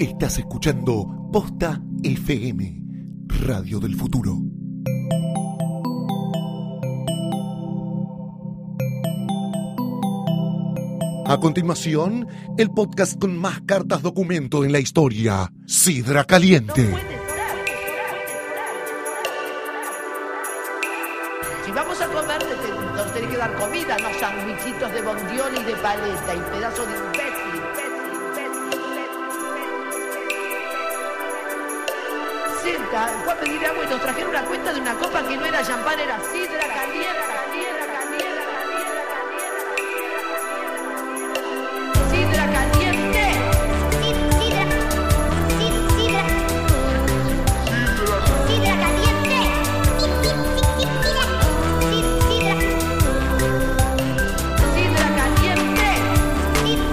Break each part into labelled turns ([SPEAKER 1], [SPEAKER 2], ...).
[SPEAKER 1] Estás escuchando Posta FM, Radio del Futuro. A continuación, el podcast con más cartas documento en la historia, Sidra Caliente.
[SPEAKER 2] Si vamos a comer, te- te- nos tenés que dar comida, no sandwichitos de bondiol y de paleta y pedazo de imbécil. Senta, fue a pedir agua y nos trajeron una cuenta de una copa que no era champán, era sidra caliente, caliente, caliente, caliente, caliente. Sidra caliente. Sidra caliente.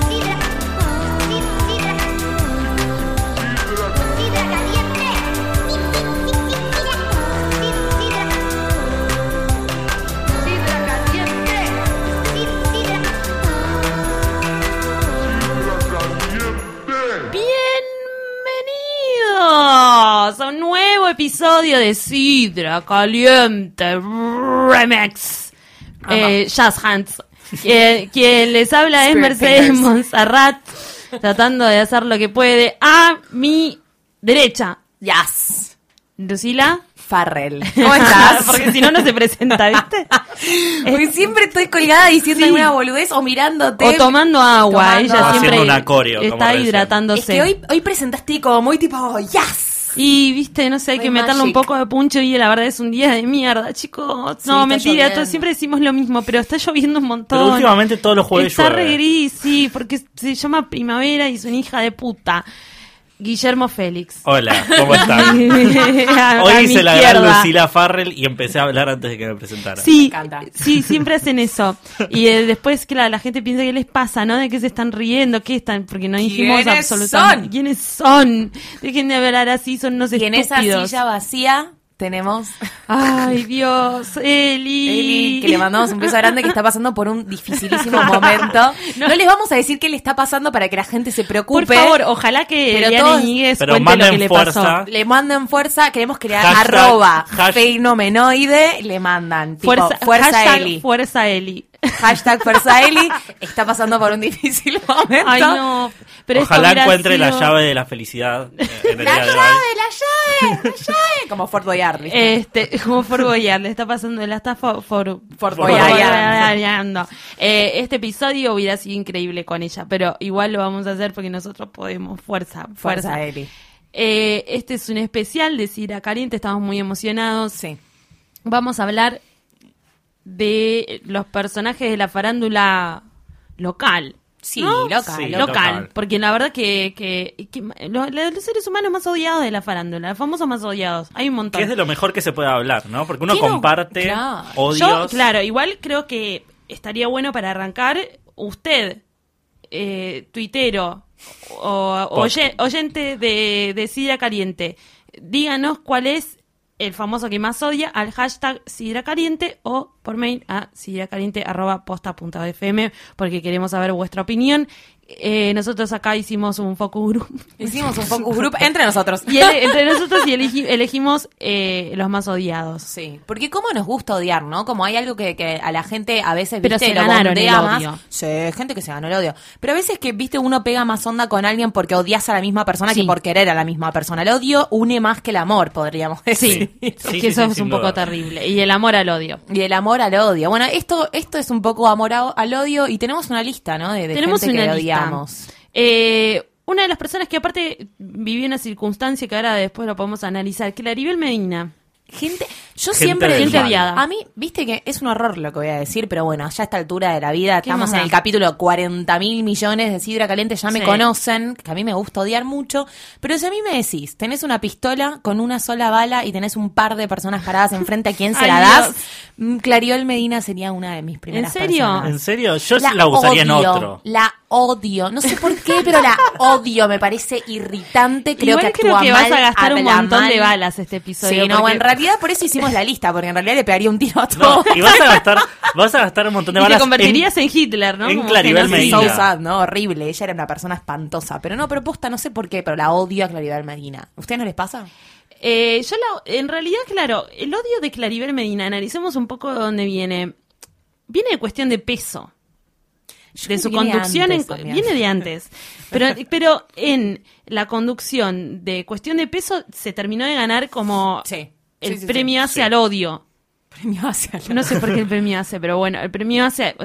[SPEAKER 2] Sidra caliente.
[SPEAKER 3] Bienvenidos a un nuevo episodio de Sidra Caliente Remix. Eh, Jazz Hands. Quien, quien les habla es Mercedes Monserrat, tratando de hacer lo que puede a mi derecha.
[SPEAKER 4] Yes.
[SPEAKER 3] Lucila.
[SPEAKER 4] Farrell. ¿Cómo estás?
[SPEAKER 3] Porque si no, no se presenta, ¿viste?
[SPEAKER 4] Porque siempre estoy colgada diciendo
[SPEAKER 3] Sí.
[SPEAKER 4] alguna boludez o mirándote.
[SPEAKER 3] O tomando agua.
[SPEAKER 4] Tomando
[SPEAKER 3] Ella
[SPEAKER 4] agua.
[SPEAKER 3] siempre
[SPEAKER 5] Haciendo un acorio, como
[SPEAKER 3] está
[SPEAKER 5] dicen.
[SPEAKER 3] hidratándose.
[SPEAKER 4] Es que hoy, hoy presentaste como muy tipo, yes.
[SPEAKER 3] Y viste, no sé, hay
[SPEAKER 4] Muy
[SPEAKER 3] que meterle un
[SPEAKER 4] magic.
[SPEAKER 3] poco de puncho y la verdad es un día de mierda, chicos.
[SPEAKER 4] Sí,
[SPEAKER 3] No,
[SPEAKER 4] está
[SPEAKER 3] mentira,
[SPEAKER 4] lloviendo.
[SPEAKER 3] to- siempre decimos lo mismo, pero está lloviendo un montón.
[SPEAKER 5] Pero últimamente todos los jueves
[SPEAKER 3] Está re
[SPEAKER 5] llueve.
[SPEAKER 3] gris, sí, porque se llama Primavera y es una hija de puta. Guillermo Félix.
[SPEAKER 5] Hola, ¿cómo
[SPEAKER 3] A-
[SPEAKER 5] están?
[SPEAKER 3] a
[SPEAKER 5] Hoy
[SPEAKER 3] mi
[SPEAKER 5] hice la gran
[SPEAKER 3] izquierda.
[SPEAKER 5] Lucila Farrell y empecé a hablar antes de que me presentara.
[SPEAKER 3] Sí,
[SPEAKER 4] encanta.
[SPEAKER 3] sí, siempre hacen eso. Y eh, después, claro, la gente piensa que les pasa, ¿no? De que se están riendo, que están, porque no dijimos
[SPEAKER 4] ¿Quiénes
[SPEAKER 3] absolutamente.
[SPEAKER 4] son?
[SPEAKER 3] ¿Quiénes son? Dejen de hablar así, son unos
[SPEAKER 4] Y en esa
[SPEAKER 3] estúpidos.
[SPEAKER 4] silla vacía tenemos
[SPEAKER 3] Ay, Dios, Eli.
[SPEAKER 4] Eli, que le mandamos un beso grande, que está pasando por un dificilísimo momento. No, les vamos a decir qué le está pasando para que la gente se preocupe.
[SPEAKER 3] Por favor, ojalá que
[SPEAKER 4] Pero
[SPEAKER 3] Eliana
[SPEAKER 4] todos-
[SPEAKER 3] Iñiguez
[SPEAKER 5] Pero
[SPEAKER 3] cuente lo
[SPEAKER 5] manden
[SPEAKER 3] que le
[SPEAKER 5] fuerza.
[SPEAKER 3] pasó.
[SPEAKER 4] Le mandan fuerza, queremos crear
[SPEAKER 5] Hashtag-
[SPEAKER 4] arroba
[SPEAKER 5] hash-
[SPEAKER 4] fenomenoide, le mandan. tipo, fuerza,
[SPEAKER 3] hashtag
[SPEAKER 4] Eli.
[SPEAKER 3] Fuerza Eli.
[SPEAKER 4] Hashtag fuerza Eli, está pasando por un difícil momento.
[SPEAKER 3] Ay, no. Pero esto
[SPEAKER 5] Ojalá
[SPEAKER 3] hubiera
[SPEAKER 5] encuentre la
[SPEAKER 3] sido-
[SPEAKER 5] llave de la felicidad eh, en el
[SPEAKER 4] La
[SPEAKER 5] día de
[SPEAKER 4] llave,
[SPEAKER 5] hoy.
[SPEAKER 4] la llave, la llave. Como Fort Boyard. ¿viste?
[SPEAKER 3] Este, como Fort Boyard, le está pasando, la está for, for- for-
[SPEAKER 4] Fort
[SPEAKER 5] Boyard.
[SPEAKER 3] Boyardeando. Eh, este episodio hubiera sido increíble con ella, pero igual lo vamos a hacer porque nosotros podemos. Fuerza, fuerza.
[SPEAKER 4] fuerza Eli.
[SPEAKER 3] Eh, este es un especial de Cira Caliente, estamos muy emocionados.
[SPEAKER 4] Sí.
[SPEAKER 3] Vamos a hablar de los personajes de la farándula local.
[SPEAKER 4] Sí,
[SPEAKER 3] ¿no?
[SPEAKER 4] loca,
[SPEAKER 5] Sí,
[SPEAKER 4] loca.
[SPEAKER 3] local,
[SPEAKER 5] local.
[SPEAKER 3] porque la verdad que, que, que lo- la- los seres humanos más odiados de la farándula, los famosos más odiados, hay un montón.
[SPEAKER 5] Que es de lo mejor que se puede hablar, ¿no? Porque uno
[SPEAKER 4] Quiero-
[SPEAKER 5] comparte
[SPEAKER 4] Claro.
[SPEAKER 5] odios.
[SPEAKER 3] Yo, claro, igual creo que estaría bueno para arrancar usted, eh, tuitero o o
[SPEAKER 5] Post.
[SPEAKER 3] oye- oyente de, de Sidra Caliente. Díganos cuál es el famoso que más odia al hashtag Sidra Caliente o por mail a sidracaliente.posta.fm porque queremos saber vuestra opinión. Eh, nosotros acá hicimos un focus group
[SPEAKER 4] Hicimos un focus group entre nosotros.
[SPEAKER 3] y ele- entre nosotros y elegi- elegimos eh, los más odiados.
[SPEAKER 4] Sí, porque cómo nos gusta odiar, ¿no? Como hay algo que, que a la gente a veces,
[SPEAKER 3] Pero
[SPEAKER 4] viste,
[SPEAKER 3] se
[SPEAKER 4] lo
[SPEAKER 3] ganaron el
[SPEAKER 4] bondea
[SPEAKER 3] odio.
[SPEAKER 4] más. Sí, gente que se ganó el odio. Pero a veces que, viste, uno pega más onda con alguien porque odias a la misma persona
[SPEAKER 3] Sí.
[SPEAKER 4] que por querer a la misma persona. El odio une más que el amor, podríamos decir.
[SPEAKER 3] Sí, es
[SPEAKER 5] Sí,
[SPEAKER 3] que
[SPEAKER 5] sí,
[SPEAKER 3] eso
[SPEAKER 5] sí,
[SPEAKER 3] es
[SPEAKER 5] sin
[SPEAKER 3] un poco
[SPEAKER 5] duda.
[SPEAKER 3] terrible. Y el amor al odio.
[SPEAKER 4] Y el amor al odio. Bueno, esto esto es un poco amor a- al odio y tenemos una lista, ¿no? De, de
[SPEAKER 3] Tenemos
[SPEAKER 4] gente
[SPEAKER 3] una
[SPEAKER 4] que
[SPEAKER 3] lista.
[SPEAKER 4] odiamos.
[SPEAKER 3] Eh, una de las personas que aparte vivió una circunstancia que ahora después lo podemos analizar, Claribel Medina.
[SPEAKER 4] Gente, yo
[SPEAKER 5] Gente
[SPEAKER 4] siempre
[SPEAKER 5] del
[SPEAKER 3] Gente
[SPEAKER 5] mal.
[SPEAKER 3] odiada.
[SPEAKER 4] A mí, viste que es un horror lo que voy a decir, pero bueno, ya a esta altura de la vida,
[SPEAKER 3] ¿Qué
[SPEAKER 4] estamos
[SPEAKER 3] más da?
[SPEAKER 4] en el capítulo 40 mil millones de Sidra Caliente, ya me
[SPEAKER 3] Sí.
[SPEAKER 4] conocen, que a mí me gusta odiar mucho, pero si a mí me decís, tenés una pistola con una sola bala y tenés un par de personas paradas enfrente, ¿a quién se
[SPEAKER 3] Ay,
[SPEAKER 4] la das?
[SPEAKER 3] Dios.
[SPEAKER 4] Mm, Clariol Medina sería una de mis primeras
[SPEAKER 3] serio?
[SPEAKER 4] personas.
[SPEAKER 5] ¿En serio? Yo la, usaría en
[SPEAKER 4] odio,
[SPEAKER 5] otro.
[SPEAKER 4] La odio. No sé por qué, pero la odio. Me parece irritante. Creo
[SPEAKER 3] Igual
[SPEAKER 4] que
[SPEAKER 3] creo
[SPEAKER 4] actúa
[SPEAKER 3] que
[SPEAKER 4] mal,
[SPEAKER 3] vas a gastar un
[SPEAKER 4] habla
[SPEAKER 3] montón
[SPEAKER 4] mal.
[SPEAKER 3] de balas este episodio.
[SPEAKER 4] Sí, no,
[SPEAKER 3] porque-
[SPEAKER 4] en realidad por eso hicimos la lista, porque en realidad le pegaría un tiro a
[SPEAKER 5] No,
[SPEAKER 4] todos.
[SPEAKER 5] y vas a gastar, vas a gastar un montón de
[SPEAKER 3] Y
[SPEAKER 5] balas.
[SPEAKER 3] te
[SPEAKER 5] en-
[SPEAKER 3] convertirías en, Hitler, ¿no?
[SPEAKER 5] en
[SPEAKER 3] Como
[SPEAKER 5] Claribel
[SPEAKER 3] genocida.
[SPEAKER 5] Medina.
[SPEAKER 4] So sad, ¿no? Horrible. Ella era una persona espantosa. Pero no, pero posta, no sé por qué, pero la odio a Claribel Medina. ¿Ustedes no les pasa?
[SPEAKER 3] Eh, yo la- en realidad, claro, el odio de Claribel Medina, analicemos un poco de dónde viene. Viene de cuestión de peso, de su conducción, en- viene de antes. Pero, pero en la conducción de cuestión de peso se terminó de ganar como
[SPEAKER 4] Sí.
[SPEAKER 3] el
[SPEAKER 4] Sí, sí,
[SPEAKER 3] premio hace al odio.
[SPEAKER 4] premio hacia la-
[SPEAKER 3] No sé por qué el premio hace, pero bueno, el premio hace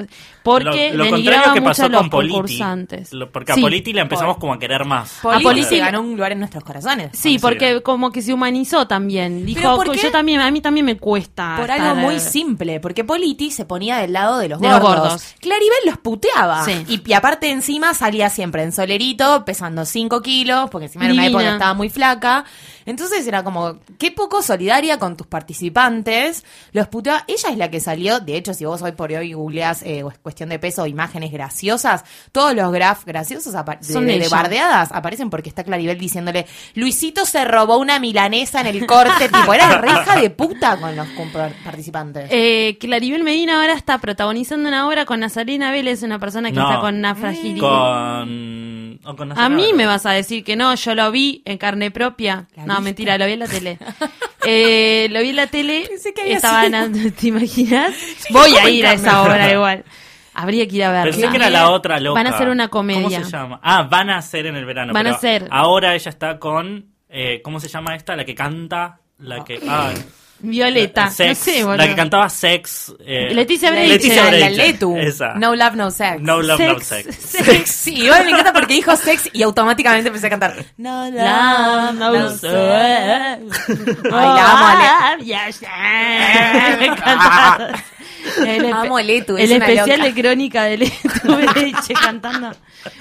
[SPEAKER 3] porque
[SPEAKER 5] lo, lo
[SPEAKER 3] denigraba
[SPEAKER 5] contrario que
[SPEAKER 3] mucho a
[SPEAKER 5] pasó
[SPEAKER 3] los
[SPEAKER 5] con Politi.
[SPEAKER 3] concursantes.
[SPEAKER 5] Lo- Porque a
[SPEAKER 3] Sí.
[SPEAKER 5] Politi la empezamos como a querer más.
[SPEAKER 4] Politi
[SPEAKER 3] A Politi-
[SPEAKER 4] se ganó un lugar en nuestros corazones.
[SPEAKER 3] Sí,
[SPEAKER 5] Sí.
[SPEAKER 3] porque como que se humanizó también. Dijo,
[SPEAKER 4] ¿Pero por qué?
[SPEAKER 3] yo también, a mí también me cuesta.
[SPEAKER 4] Por
[SPEAKER 3] estar- eh,
[SPEAKER 4] algo muy simple, porque Politi se ponía del lado de los,
[SPEAKER 3] De los
[SPEAKER 4] gordos.
[SPEAKER 3] gordos.
[SPEAKER 4] Claribel los puteaba.
[SPEAKER 3] Sí.
[SPEAKER 4] Y, y aparte encima salía siempre en solerito, pesando 5 kilos, porque encima era una
[SPEAKER 3] Divina.
[SPEAKER 4] época que estaba muy flaca. Entonces era como, qué poco solidaria con tus participantes. Los puteaba. Ella es la que salió, de hecho, si vos hoy por hoy googleás eh, cuestión de peso, imágenes graciosas, todos los graf graciosos apa- de,
[SPEAKER 3] Son
[SPEAKER 4] de-
[SPEAKER 3] de
[SPEAKER 4] de
[SPEAKER 3] ella.
[SPEAKER 4] bardeadas aparecen porque está Claribel diciéndole, Luisito se robó una milanesa en el corte, tipo, era reja de puta con los compro- participantes.
[SPEAKER 3] Eh, Claribel Medina ahora está protagonizando una obra con Nazarena Vélez, una persona que
[SPEAKER 5] No.
[SPEAKER 3] está con
[SPEAKER 4] Mm.
[SPEAKER 3] una fragilidad.
[SPEAKER 5] Con. o con
[SPEAKER 3] A mí me
[SPEAKER 5] va
[SPEAKER 3] vas a decir que no, yo lo vi en carne propia.
[SPEAKER 4] ¿La
[SPEAKER 3] No,
[SPEAKER 4] viste?
[SPEAKER 3] mentira, lo vi en la tele. Eh, lo vi en la tele.
[SPEAKER 4] Pensé que había
[SPEAKER 3] Estaba
[SPEAKER 4] sido.
[SPEAKER 3] en- ¿Te imaginas? Voy a
[SPEAKER 5] ¿cómo en
[SPEAKER 3] ir a
[SPEAKER 5] carne
[SPEAKER 3] esa obra
[SPEAKER 5] propia?
[SPEAKER 3] igual. Habría que ir a verla.
[SPEAKER 5] Pensé que era la otra loca.
[SPEAKER 3] Van a hacer una comedia.
[SPEAKER 5] ¿Cómo se llama? Ah, van a hacer en el verano.
[SPEAKER 3] Van a
[SPEAKER 5] pero
[SPEAKER 3] hacer.
[SPEAKER 5] Ahora ella está con. eh, ¿Cómo se llama esta? La que canta. La que. ah,
[SPEAKER 3] Violeta.
[SPEAKER 5] Sex.
[SPEAKER 3] no sé, boludo.
[SPEAKER 5] la que cantaba Sex. eh,
[SPEAKER 3] Leticia Brecht.
[SPEAKER 5] Leticia
[SPEAKER 3] La- la
[SPEAKER 5] Brecht.
[SPEAKER 4] Letu.
[SPEAKER 5] Esa.
[SPEAKER 4] No love, no sex.
[SPEAKER 5] No love, no
[SPEAKER 3] Sex.
[SPEAKER 5] sex.
[SPEAKER 3] Sex.
[SPEAKER 4] Sí, igual me encanta porque dijo sex y automáticamente empecé a cantar. No
[SPEAKER 3] La-
[SPEAKER 4] love,
[SPEAKER 3] no
[SPEAKER 4] no,
[SPEAKER 3] sé.
[SPEAKER 4] sex.
[SPEAKER 3] Ay,
[SPEAKER 4] la amo, Ale.
[SPEAKER 3] Ah, ya sé. Me encanta. El, espe-
[SPEAKER 4] Amo a Letu, es
[SPEAKER 3] el
[SPEAKER 4] una
[SPEAKER 3] especial
[SPEAKER 4] loca.
[SPEAKER 3] de crónica de Letu Bereche cantando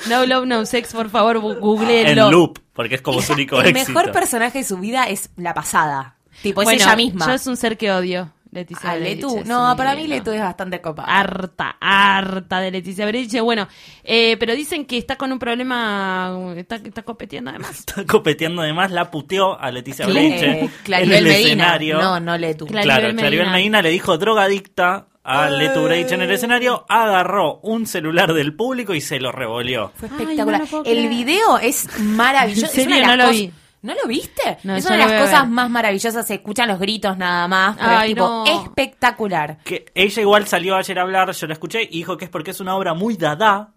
[SPEAKER 3] No Love No Sex, por favor, bu-
[SPEAKER 5] En
[SPEAKER 3] googleenlo.
[SPEAKER 5] loop, porque es como su único
[SPEAKER 4] El
[SPEAKER 5] éxito.
[SPEAKER 4] mejor personaje de su vida es la pasada. Tipo, es
[SPEAKER 3] Bueno,
[SPEAKER 4] Pues ella misma.
[SPEAKER 3] Yo es un ser que odio, Leticia
[SPEAKER 4] A
[SPEAKER 3] Breche,
[SPEAKER 4] Letu.
[SPEAKER 3] sí, Ah,
[SPEAKER 4] No, para mí Letu es bastante copa.
[SPEAKER 3] Harta, harta de Leticia Breche. Bueno, eh, pero dicen que está con un problema, está, está competiendo además.
[SPEAKER 5] Está copeteando además, la puteó a Leticia Brecht
[SPEAKER 4] Eh,
[SPEAKER 5] en
[SPEAKER 4] Claribel
[SPEAKER 5] el
[SPEAKER 4] Medina.
[SPEAKER 5] escenario.
[SPEAKER 4] No, no Letu.
[SPEAKER 3] Cla-
[SPEAKER 5] claro,
[SPEAKER 3] Claribel
[SPEAKER 5] Claribel
[SPEAKER 3] Medina.
[SPEAKER 5] Medina le dijo drogadicta a Letu Brecht en el escenario, agarró un celular del público y se lo revolvió.
[SPEAKER 4] Fue
[SPEAKER 3] Ay,
[SPEAKER 4] espectacular.
[SPEAKER 3] no lo puedo
[SPEAKER 4] el
[SPEAKER 3] creer.
[SPEAKER 4] video es maravilloso.
[SPEAKER 3] En
[SPEAKER 4] Es
[SPEAKER 3] serio,
[SPEAKER 4] una de las
[SPEAKER 3] no lo
[SPEAKER 4] cos-
[SPEAKER 3] vi.
[SPEAKER 4] ¿No lo viste?
[SPEAKER 3] No,
[SPEAKER 4] es
[SPEAKER 3] yo
[SPEAKER 4] una
[SPEAKER 3] lo
[SPEAKER 4] de las
[SPEAKER 3] voy a
[SPEAKER 4] cosas
[SPEAKER 3] ver.
[SPEAKER 4] más maravillosas. Se escuchan los gritos nada más. Pero
[SPEAKER 3] Ay,
[SPEAKER 4] es tipo
[SPEAKER 3] no.
[SPEAKER 4] espectacular.
[SPEAKER 5] Que ella igual salió ayer a hablar, yo la escuché, y dijo que es porque es una obra muy dada.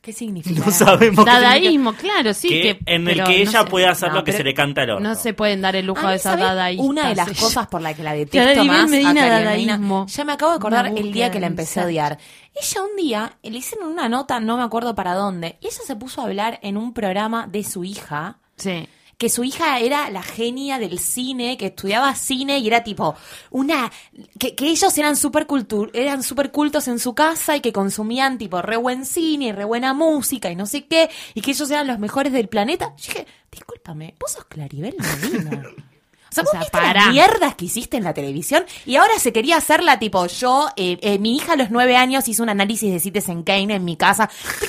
[SPEAKER 4] ¿Qué significa?
[SPEAKER 5] No sabemos qué significa.
[SPEAKER 3] Dadaísmo, claro, sí.
[SPEAKER 5] que-
[SPEAKER 3] Que,
[SPEAKER 5] en el
[SPEAKER 3] pero
[SPEAKER 5] que
[SPEAKER 3] no
[SPEAKER 5] ella
[SPEAKER 3] sé.
[SPEAKER 5] puede hacer
[SPEAKER 4] No,
[SPEAKER 5] lo que
[SPEAKER 4] pero
[SPEAKER 5] se le canta al orto.
[SPEAKER 3] No se pueden dar el lujo
[SPEAKER 4] A
[SPEAKER 3] de
[SPEAKER 4] mí,
[SPEAKER 3] esa
[SPEAKER 4] ¿sabés?
[SPEAKER 3] dadaísta.
[SPEAKER 4] Una de las
[SPEAKER 3] sí.
[SPEAKER 4] cosas por la que la detesto
[SPEAKER 3] Claribel
[SPEAKER 4] más a
[SPEAKER 3] Medina,
[SPEAKER 4] Claribel
[SPEAKER 3] dadaísmo.
[SPEAKER 4] Ya me acabo de acordar
[SPEAKER 3] Una
[SPEAKER 4] el
[SPEAKER 3] búsqueda
[SPEAKER 4] día que la empecé a
[SPEAKER 3] de
[SPEAKER 4] odiar. Ella un día le hicieron una nota, no me acuerdo para dónde, y ella se puso a hablar en un programa de su hija.
[SPEAKER 3] Sí.
[SPEAKER 4] Que su hija era la genia del cine, que estudiaba cine y era tipo una. que, que ellos eran súper cultu- eran súper cultos en su casa y que consumían tipo re buen cine y re buena música y no sé qué, y que ellos eran los mejores del planeta. Yo dije, discúlpame, vos sos Claribel Medina. O sea,
[SPEAKER 3] O
[SPEAKER 4] vos
[SPEAKER 3] sea,
[SPEAKER 4] viste las
[SPEAKER 3] pará.
[SPEAKER 4] mierdas que hiciste en la televisión y ahora se quería hacerla tipo yo, eh, eh, mi hija a los nueve años hizo un análisis de CITES en Kane en mi casa. ¿Quién te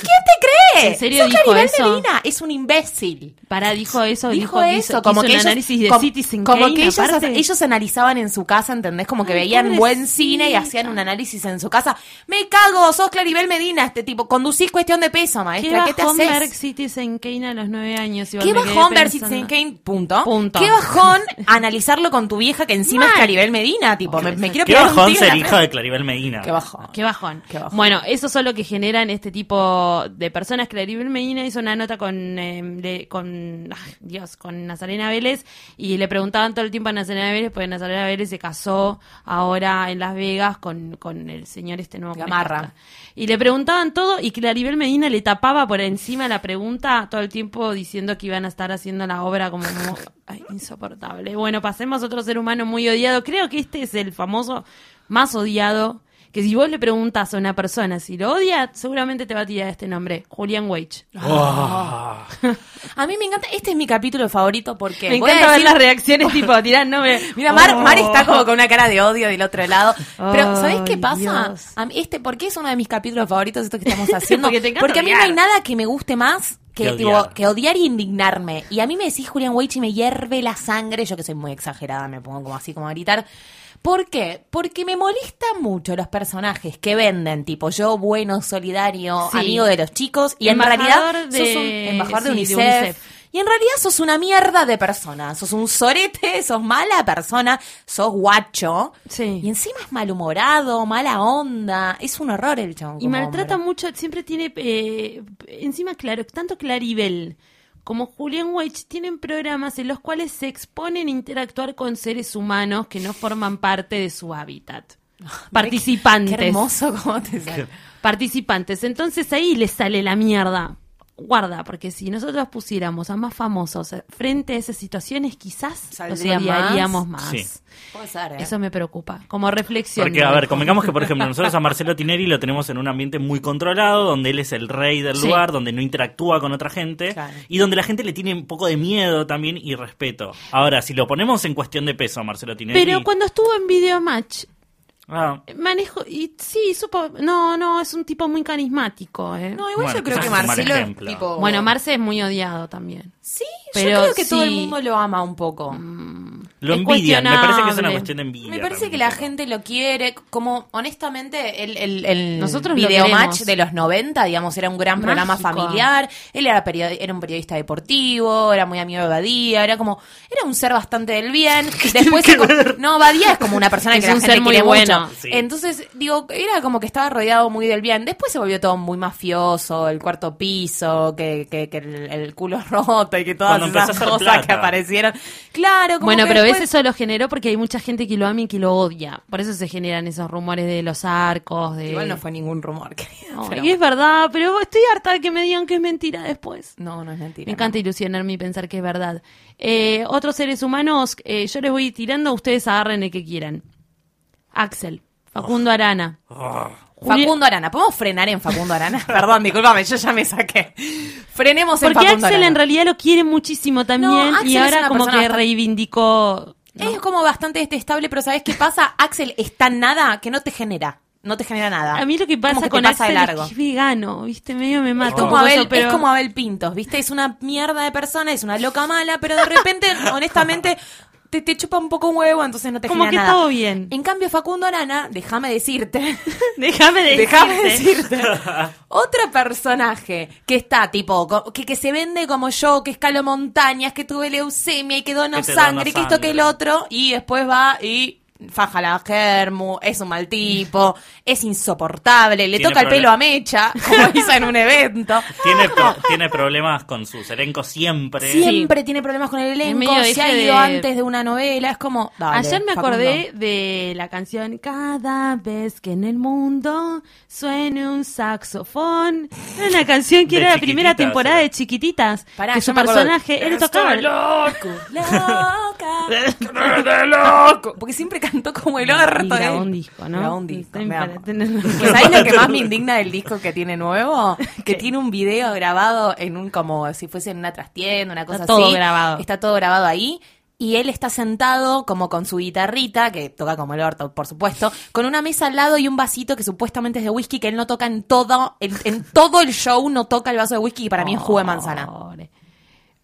[SPEAKER 4] cree?
[SPEAKER 3] ¿En serio
[SPEAKER 4] Sos
[SPEAKER 3] dijo
[SPEAKER 4] Claribel
[SPEAKER 3] eso?
[SPEAKER 4] Medina, es un imbécil.
[SPEAKER 3] Para, dijo eso, dijo,
[SPEAKER 4] Dijo
[SPEAKER 3] que
[SPEAKER 4] eso,
[SPEAKER 3] hizo-
[SPEAKER 4] como
[SPEAKER 3] hizo
[SPEAKER 4] que
[SPEAKER 3] un
[SPEAKER 4] ellos,
[SPEAKER 3] análisis de
[SPEAKER 4] como,
[SPEAKER 3] Citizen
[SPEAKER 4] como
[SPEAKER 3] Kane,
[SPEAKER 4] que ellos,
[SPEAKER 3] aparte.
[SPEAKER 4] ellos analizaban en su casa, ¿entendés? Como que
[SPEAKER 3] Ay,
[SPEAKER 4] veían buen cine y
[SPEAKER 3] pobrecita.
[SPEAKER 4] hacían un análisis en su casa. Me cago, sos Claribel Medina, este tipo, conducís cuestión de peso,
[SPEAKER 3] ¿Qué
[SPEAKER 4] maestra, ¿qué, te
[SPEAKER 3] bajón ver
[SPEAKER 4] haces?
[SPEAKER 3] Citizen Kane a los nueve años? Igual
[SPEAKER 4] Qué
[SPEAKER 3] me quedé
[SPEAKER 4] bajón ver
[SPEAKER 3] pensando.
[SPEAKER 4] Citizen Kane, punto.
[SPEAKER 3] Punto.
[SPEAKER 4] Qué bajón analizarlo con tu vieja que encima
[SPEAKER 3] Mal.
[SPEAKER 4] es Claribel Medina, tipo, me, me quiero
[SPEAKER 5] Qué
[SPEAKER 4] pegar un
[SPEAKER 5] bajón
[SPEAKER 4] tiro en la
[SPEAKER 5] ser hija
[SPEAKER 4] frente.
[SPEAKER 5] de Claribel Medina.
[SPEAKER 4] Qué bajón.
[SPEAKER 3] Qué bajón.
[SPEAKER 4] Qué bajón.
[SPEAKER 3] Bueno, eso es lo que generan este tipo de personas. Claribel Medina hizo una nota con, eh, le- con ah, Dios, con Nazarena Vélez y le preguntaban todo el tiempo a Nazarena Vélez, porque Nazarena Vélez se casó ahora en Las Vegas con, con el señor este nuevo. que me
[SPEAKER 4] Gamarra.
[SPEAKER 3] encanta. Y le preguntaban todo y Claribel Medina le tapaba por encima la pregunta todo el tiempo diciendo que iban a estar haciendo la obra como mo- ay, insoportable. Bueno, pasemos a otro ser humano muy odiado. Creo que este es el famoso más odiado que si vos le preguntas a una persona si lo odia, seguramente te va a tirar este nombre, Julian Wage.
[SPEAKER 5] Ah.
[SPEAKER 4] A mí me encanta, este es mi capítulo favorito porque
[SPEAKER 3] Me
[SPEAKER 4] voy a
[SPEAKER 3] encanta ver
[SPEAKER 4] decir-
[SPEAKER 3] las reacciones tipo, tirán nombre.
[SPEAKER 4] Mira, Mar, Mar está como con una cara de odio del otro lado. Pero, ¿sabés qué
[SPEAKER 3] Oh. Ay,
[SPEAKER 4] pasa?
[SPEAKER 3] Dios.
[SPEAKER 4] A mí- este, ¿Por qué es uno de mis capítulos favoritos esto que estamos haciendo?
[SPEAKER 3] Porque te encanta
[SPEAKER 4] a mí no
[SPEAKER 3] odiar.
[SPEAKER 4] hay nada que me guste más que
[SPEAKER 5] Que
[SPEAKER 4] tipo, que odiar,
[SPEAKER 5] odiar.
[SPEAKER 4] y indignarme. Y a mí me decís Julian Weich y me hierve la sangre. Yo que soy muy exagerada, me pongo como así como a gritar. ¿Por qué? Porque me molestan mucho los personajes que venden, tipo yo, bueno, solidario,
[SPEAKER 3] Sí.
[SPEAKER 4] amigo de los chicos, y en
[SPEAKER 3] Embajador
[SPEAKER 4] realidad
[SPEAKER 3] de-
[SPEAKER 4] sos un embajador
[SPEAKER 3] sí,
[SPEAKER 4] de
[SPEAKER 3] de
[SPEAKER 4] UNICEF.
[SPEAKER 3] UNICEF.
[SPEAKER 4] Y en realidad sos una mierda de persona. Sos un sorete, sos mala persona, sos guacho.
[SPEAKER 3] Sí.
[SPEAKER 4] Y encima es malhumorado, mala onda. Es un horror el chabón.
[SPEAKER 3] Y
[SPEAKER 4] como
[SPEAKER 3] maltrata
[SPEAKER 4] hombre.
[SPEAKER 3] mucho, siempre tiene, eh, encima claro, tanto Claribel como Julian Weich tienen programas en los cuales se exponen a interactuar con seres humanos que no forman parte de su hábitat. Participantes.
[SPEAKER 4] Qué Ah, hermoso cómo te sale.
[SPEAKER 3] Participantes. Entonces ahí les sale la mierda. Guarda, porque si nosotros pusiéramos a más famosos frente a esas situaciones, quizás los
[SPEAKER 4] Saldría más.
[SPEAKER 3] odiaríamos más.
[SPEAKER 5] Sí.
[SPEAKER 4] Puede ser, ¿eh?
[SPEAKER 3] Eso me preocupa. Como reflexión.
[SPEAKER 5] Porque, a ver,
[SPEAKER 3] como
[SPEAKER 5] convengamos que, por ejemplo, nosotros a Marcelo Tinelli lo tenemos en un ambiente muy controlado, donde él es el rey del
[SPEAKER 3] Sí.
[SPEAKER 5] lugar, donde no interactúa con otra gente,
[SPEAKER 4] Claro.
[SPEAKER 5] y donde la gente le tiene un poco de miedo también y respeto. Ahora, si lo ponemos en cuestión de peso a Marcelo Tinelli...
[SPEAKER 3] Pero cuando estuvo en Videomatch,
[SPEAKER 5] Ah,
[SPEAKER 3] Manejo, y sí, supo. No, no, es un tipo muy carismático, ¿eh?
[SPEAKER 4] No, igual
[SPEAKER 5] Bueno,
[SPEAKER 4] yo creo que
[SPEAKER 5] quizás es un mal
[SPEAKER 4] Marcelo.
[SPEAKER 5] ejemplo.
[SPEAKER 4] Tipo,
[SPEAKER 3] bueno, Marce es muy odiado también.
[SPEAKER 4] Sí,
[SPEAKER 3] pero
[SPEAKER 4] yo creo que todo el
[SPEAKER 3] sí. Mm.
[SPEAKER 4] mundo lo ama un poco.
[SPEAKER 5] lo
[SPEAKER 3] Es
[SPEAKER 5] envidian, me parece que es una
[SPEAKER 3] cuestionable.
[SPEAKER 5] cuestión de envidia.
[SPEAKER 4] Me parece
[SPEAKER 5] también,
[SPEAKER 4] que la
[SPEAKER 5] ¿no?
[SPEAKER 4] gente lo quiere, como honestamente el, el, el
[SPEAKER 3] Nosotros lo
[SPEAKER 4] videomatch
[SPEAKER 3] queremos.
[SPEAKER 4] de los 90, digamos, era un gran programa
[SPEAKER 3] Mágico.
[SPEAKER 4] familiar, él era, perio- era un periodista deportivo, era muy amigo de Badía, era como, era un ser bastante del bien, después se con- no, Badía es como una persona
[SPEAKER 3] Es
[SPEAKER 4] que la
[SPEAKER 3] un
[SPEAKER 4] gente
[SPEAKER 3] ser muy
[SPEAKER 4] quiere
[SPEAKER 3] bueno.
[SPEAKER 4] mucho.
[SPEAKER 5] Sí.
[SPEAKER 4] Entonces, digo, era como que estaba rodeado muy del bien, después se volvió todo muy mafioso, el cuarto piso, que, que, que el, el culo roto y que todas
[SPEAKER 5] Cuando
[SPEAKER 4] esas
[SPEAKER 5] empezó a hacer
[SPEAKER 4] cosas que
[SPEAKER 5] plata.
[SPEAKER 4] aparecieron. Claro, como
[SPEAKER 3] Bueno,
[SPEAKER 4] que
[SPEAKER 3] pero
[SPEAKER 4] después-
[SPEAKER 3] ese solo generó porque hay mucha gente que lo ama y que lo odia. Por eso se generan esos rumores de los arcos, de.
[SPEAKER 4] Igual no fue ningún rumor, querida.
[SPEAKER 3] No,
[SPEAKER 4] pero
[SPEAKER 3] y es verdad, pero estoy harta de que me digan que es mentira después.
[SPEAKER 4] No, no es mentira.
[SPEAKER 3] Me encanta ilusionarme y pensar que es verdad. Eh, otros seres humanos, eh, yo les voy tirando, ustedes agarren el que quieran. Axel, Facundo Arana. Juli-
[SPEAKER 4] Facundo Arana. ¿Podemos frenar en Facundo Arana? Perdón, discúlpame, yo ya me saqué. Frenemos en
[SPEAKER 3] Porque
[SPEAKER 4] Facundo
[SPEAKER 3] Axel
[SPEAKER 4] Arana.
[SPEAKER 3] en realidad lo quiere muchísimo también
[SPEAKER 4] Axel
[SPEAKER 3] y
[SPEAKER 4] es
[SPEAKER 3] ahora
[SPEAKER 4] una
[SPEAKER 3] como que
[SPEAKER 4] persona bastante-
[SPEAKER 3] reivindicó... no.
[SPEAKER 4] Es como bastante detestable, pero ¿sabes qué pasa? Axel es tan nada que no te genera. No te genera nada.
[SPEAKER 3] A mí lo que pasa
[SPEAKER 4] Como te
[SPEAKER 3] con
[SPEAKER 4] pasa
[SPEAKER 3] Axel
[SPEAKER 4] de largo.
[SPEAKER 3] es que es vegano, ¿viste? Medio me mata.
[SPEAKER 4] Es
[SPEAKER 3] un
[SPEAKER 4] como,
[SPEAKER 3] poco
[SPEAKER 4] Abel,
[SPEAKER 3] eso, pero...
[SPEAKER 4] es como Abel Pintos, ¿viste? Es una mierda de persona, es una loca mala, pero de repente, honestamente, te, te chupa un poco un huevo, entonces no te
[SPEAKER 3] Como
[SPEAKER 4] genera
[SPEAKER 3] que
[SPEAKER 4] nada.
[SPEAKER 3] todo bien.
[SPEAKER 4] En cambio, Facundo Arana, déjame decirte,
[SPEAKER 3] Déjame decirte.
[SPEAKER 4] Déjame decirte. Otro personaje que está tipo, co- que, que se vende como yo, que escalo montañas, que tuve leucemia y que dono
[SPEAKER 5] Que te dono
[SPEAKER 4] sangre, que esto que el
[SPEAKER 5] sangre.
[SPEAKER 4] otro, y después va y faja la germu, es un mal tipo, es insoportable, le
[SPEAKER 5] Tiene
[SPEAKER 4] toca el
[SPEAKER 5] problema-
[SPEAKER 4] pelo a mecha, como hizo en un evento.
[SPEAKER 5] Tiene, pro- tiene problemas con sus elencos siempre.
[SPEAKER 4] Siempre tiene problemas con el
[SPEAKER 3] medio
[SPEAKER 4] elenco, se
[SPEAKER 3] eje
[SPEAKER 4] ha
[SPEAKER 3] de-
[SPEAKER 4] ido antes de una novela, es como... dale,
[SPEAKER 3] Ayer me
[SPEAKER 4] Facundo.
[SPEAKER 3] acordé de la canción Cada vez que en el mundo suene un saxofón. Era una canción que
[SPEAKER 5] De
[SPEAKER 3] era la primera
[SPEAKER 5] Chiquititas,
[SPEAKER 3] temporada
[SPEAKER 5] era.
[SPEAKER 3] de Chiquititas.
[SPEAKER 4] ¿eh? Pará,
[SPEAKER 3] que
[SPEAKER 4] yo
[SPEAKER 3] su
[SPEAKER 4] me acuerdo de-
[SPEAKER 3] personaje era tocaba...
[SPEAKER 4] Loca. de loco. Porque siempre cantó como el orto.
[SPEAKER 3] Y grabó
[SPEAKER 4] ¿eh?
[SPEAKER 3] un disco, ¿no?
[SPEAKER 4] Grabó un disco,
[SPEAKER 3] Ten-
[SPEAKER 4] me
[SPEAKER 3] para
[SPEAKER 4] amo.
[SPEAKER 3] tener-
[SPEAKER 4] Pues ¿sabes lo que más me indigna del disco que tiene nuevo? Que tiene un video grabado en un, como si fuese en una trastienda, una cosa
[SPEAKER 3] Está todo
[SPEAKER 4] así.
[SPEAKER 3] grabado.
[SPEAKER 4] Está todo grabado ahí. Y él está sentado como con su guitarrita, que toca como el orto, por supuesto, con una mesa al lado y un vasito que supuestamente es de whisky, que él no toca en todo, en, en todo el show no toca el vaso de whisky y para mí es jugo de manzana.
[SPEAKER 3] Pobre.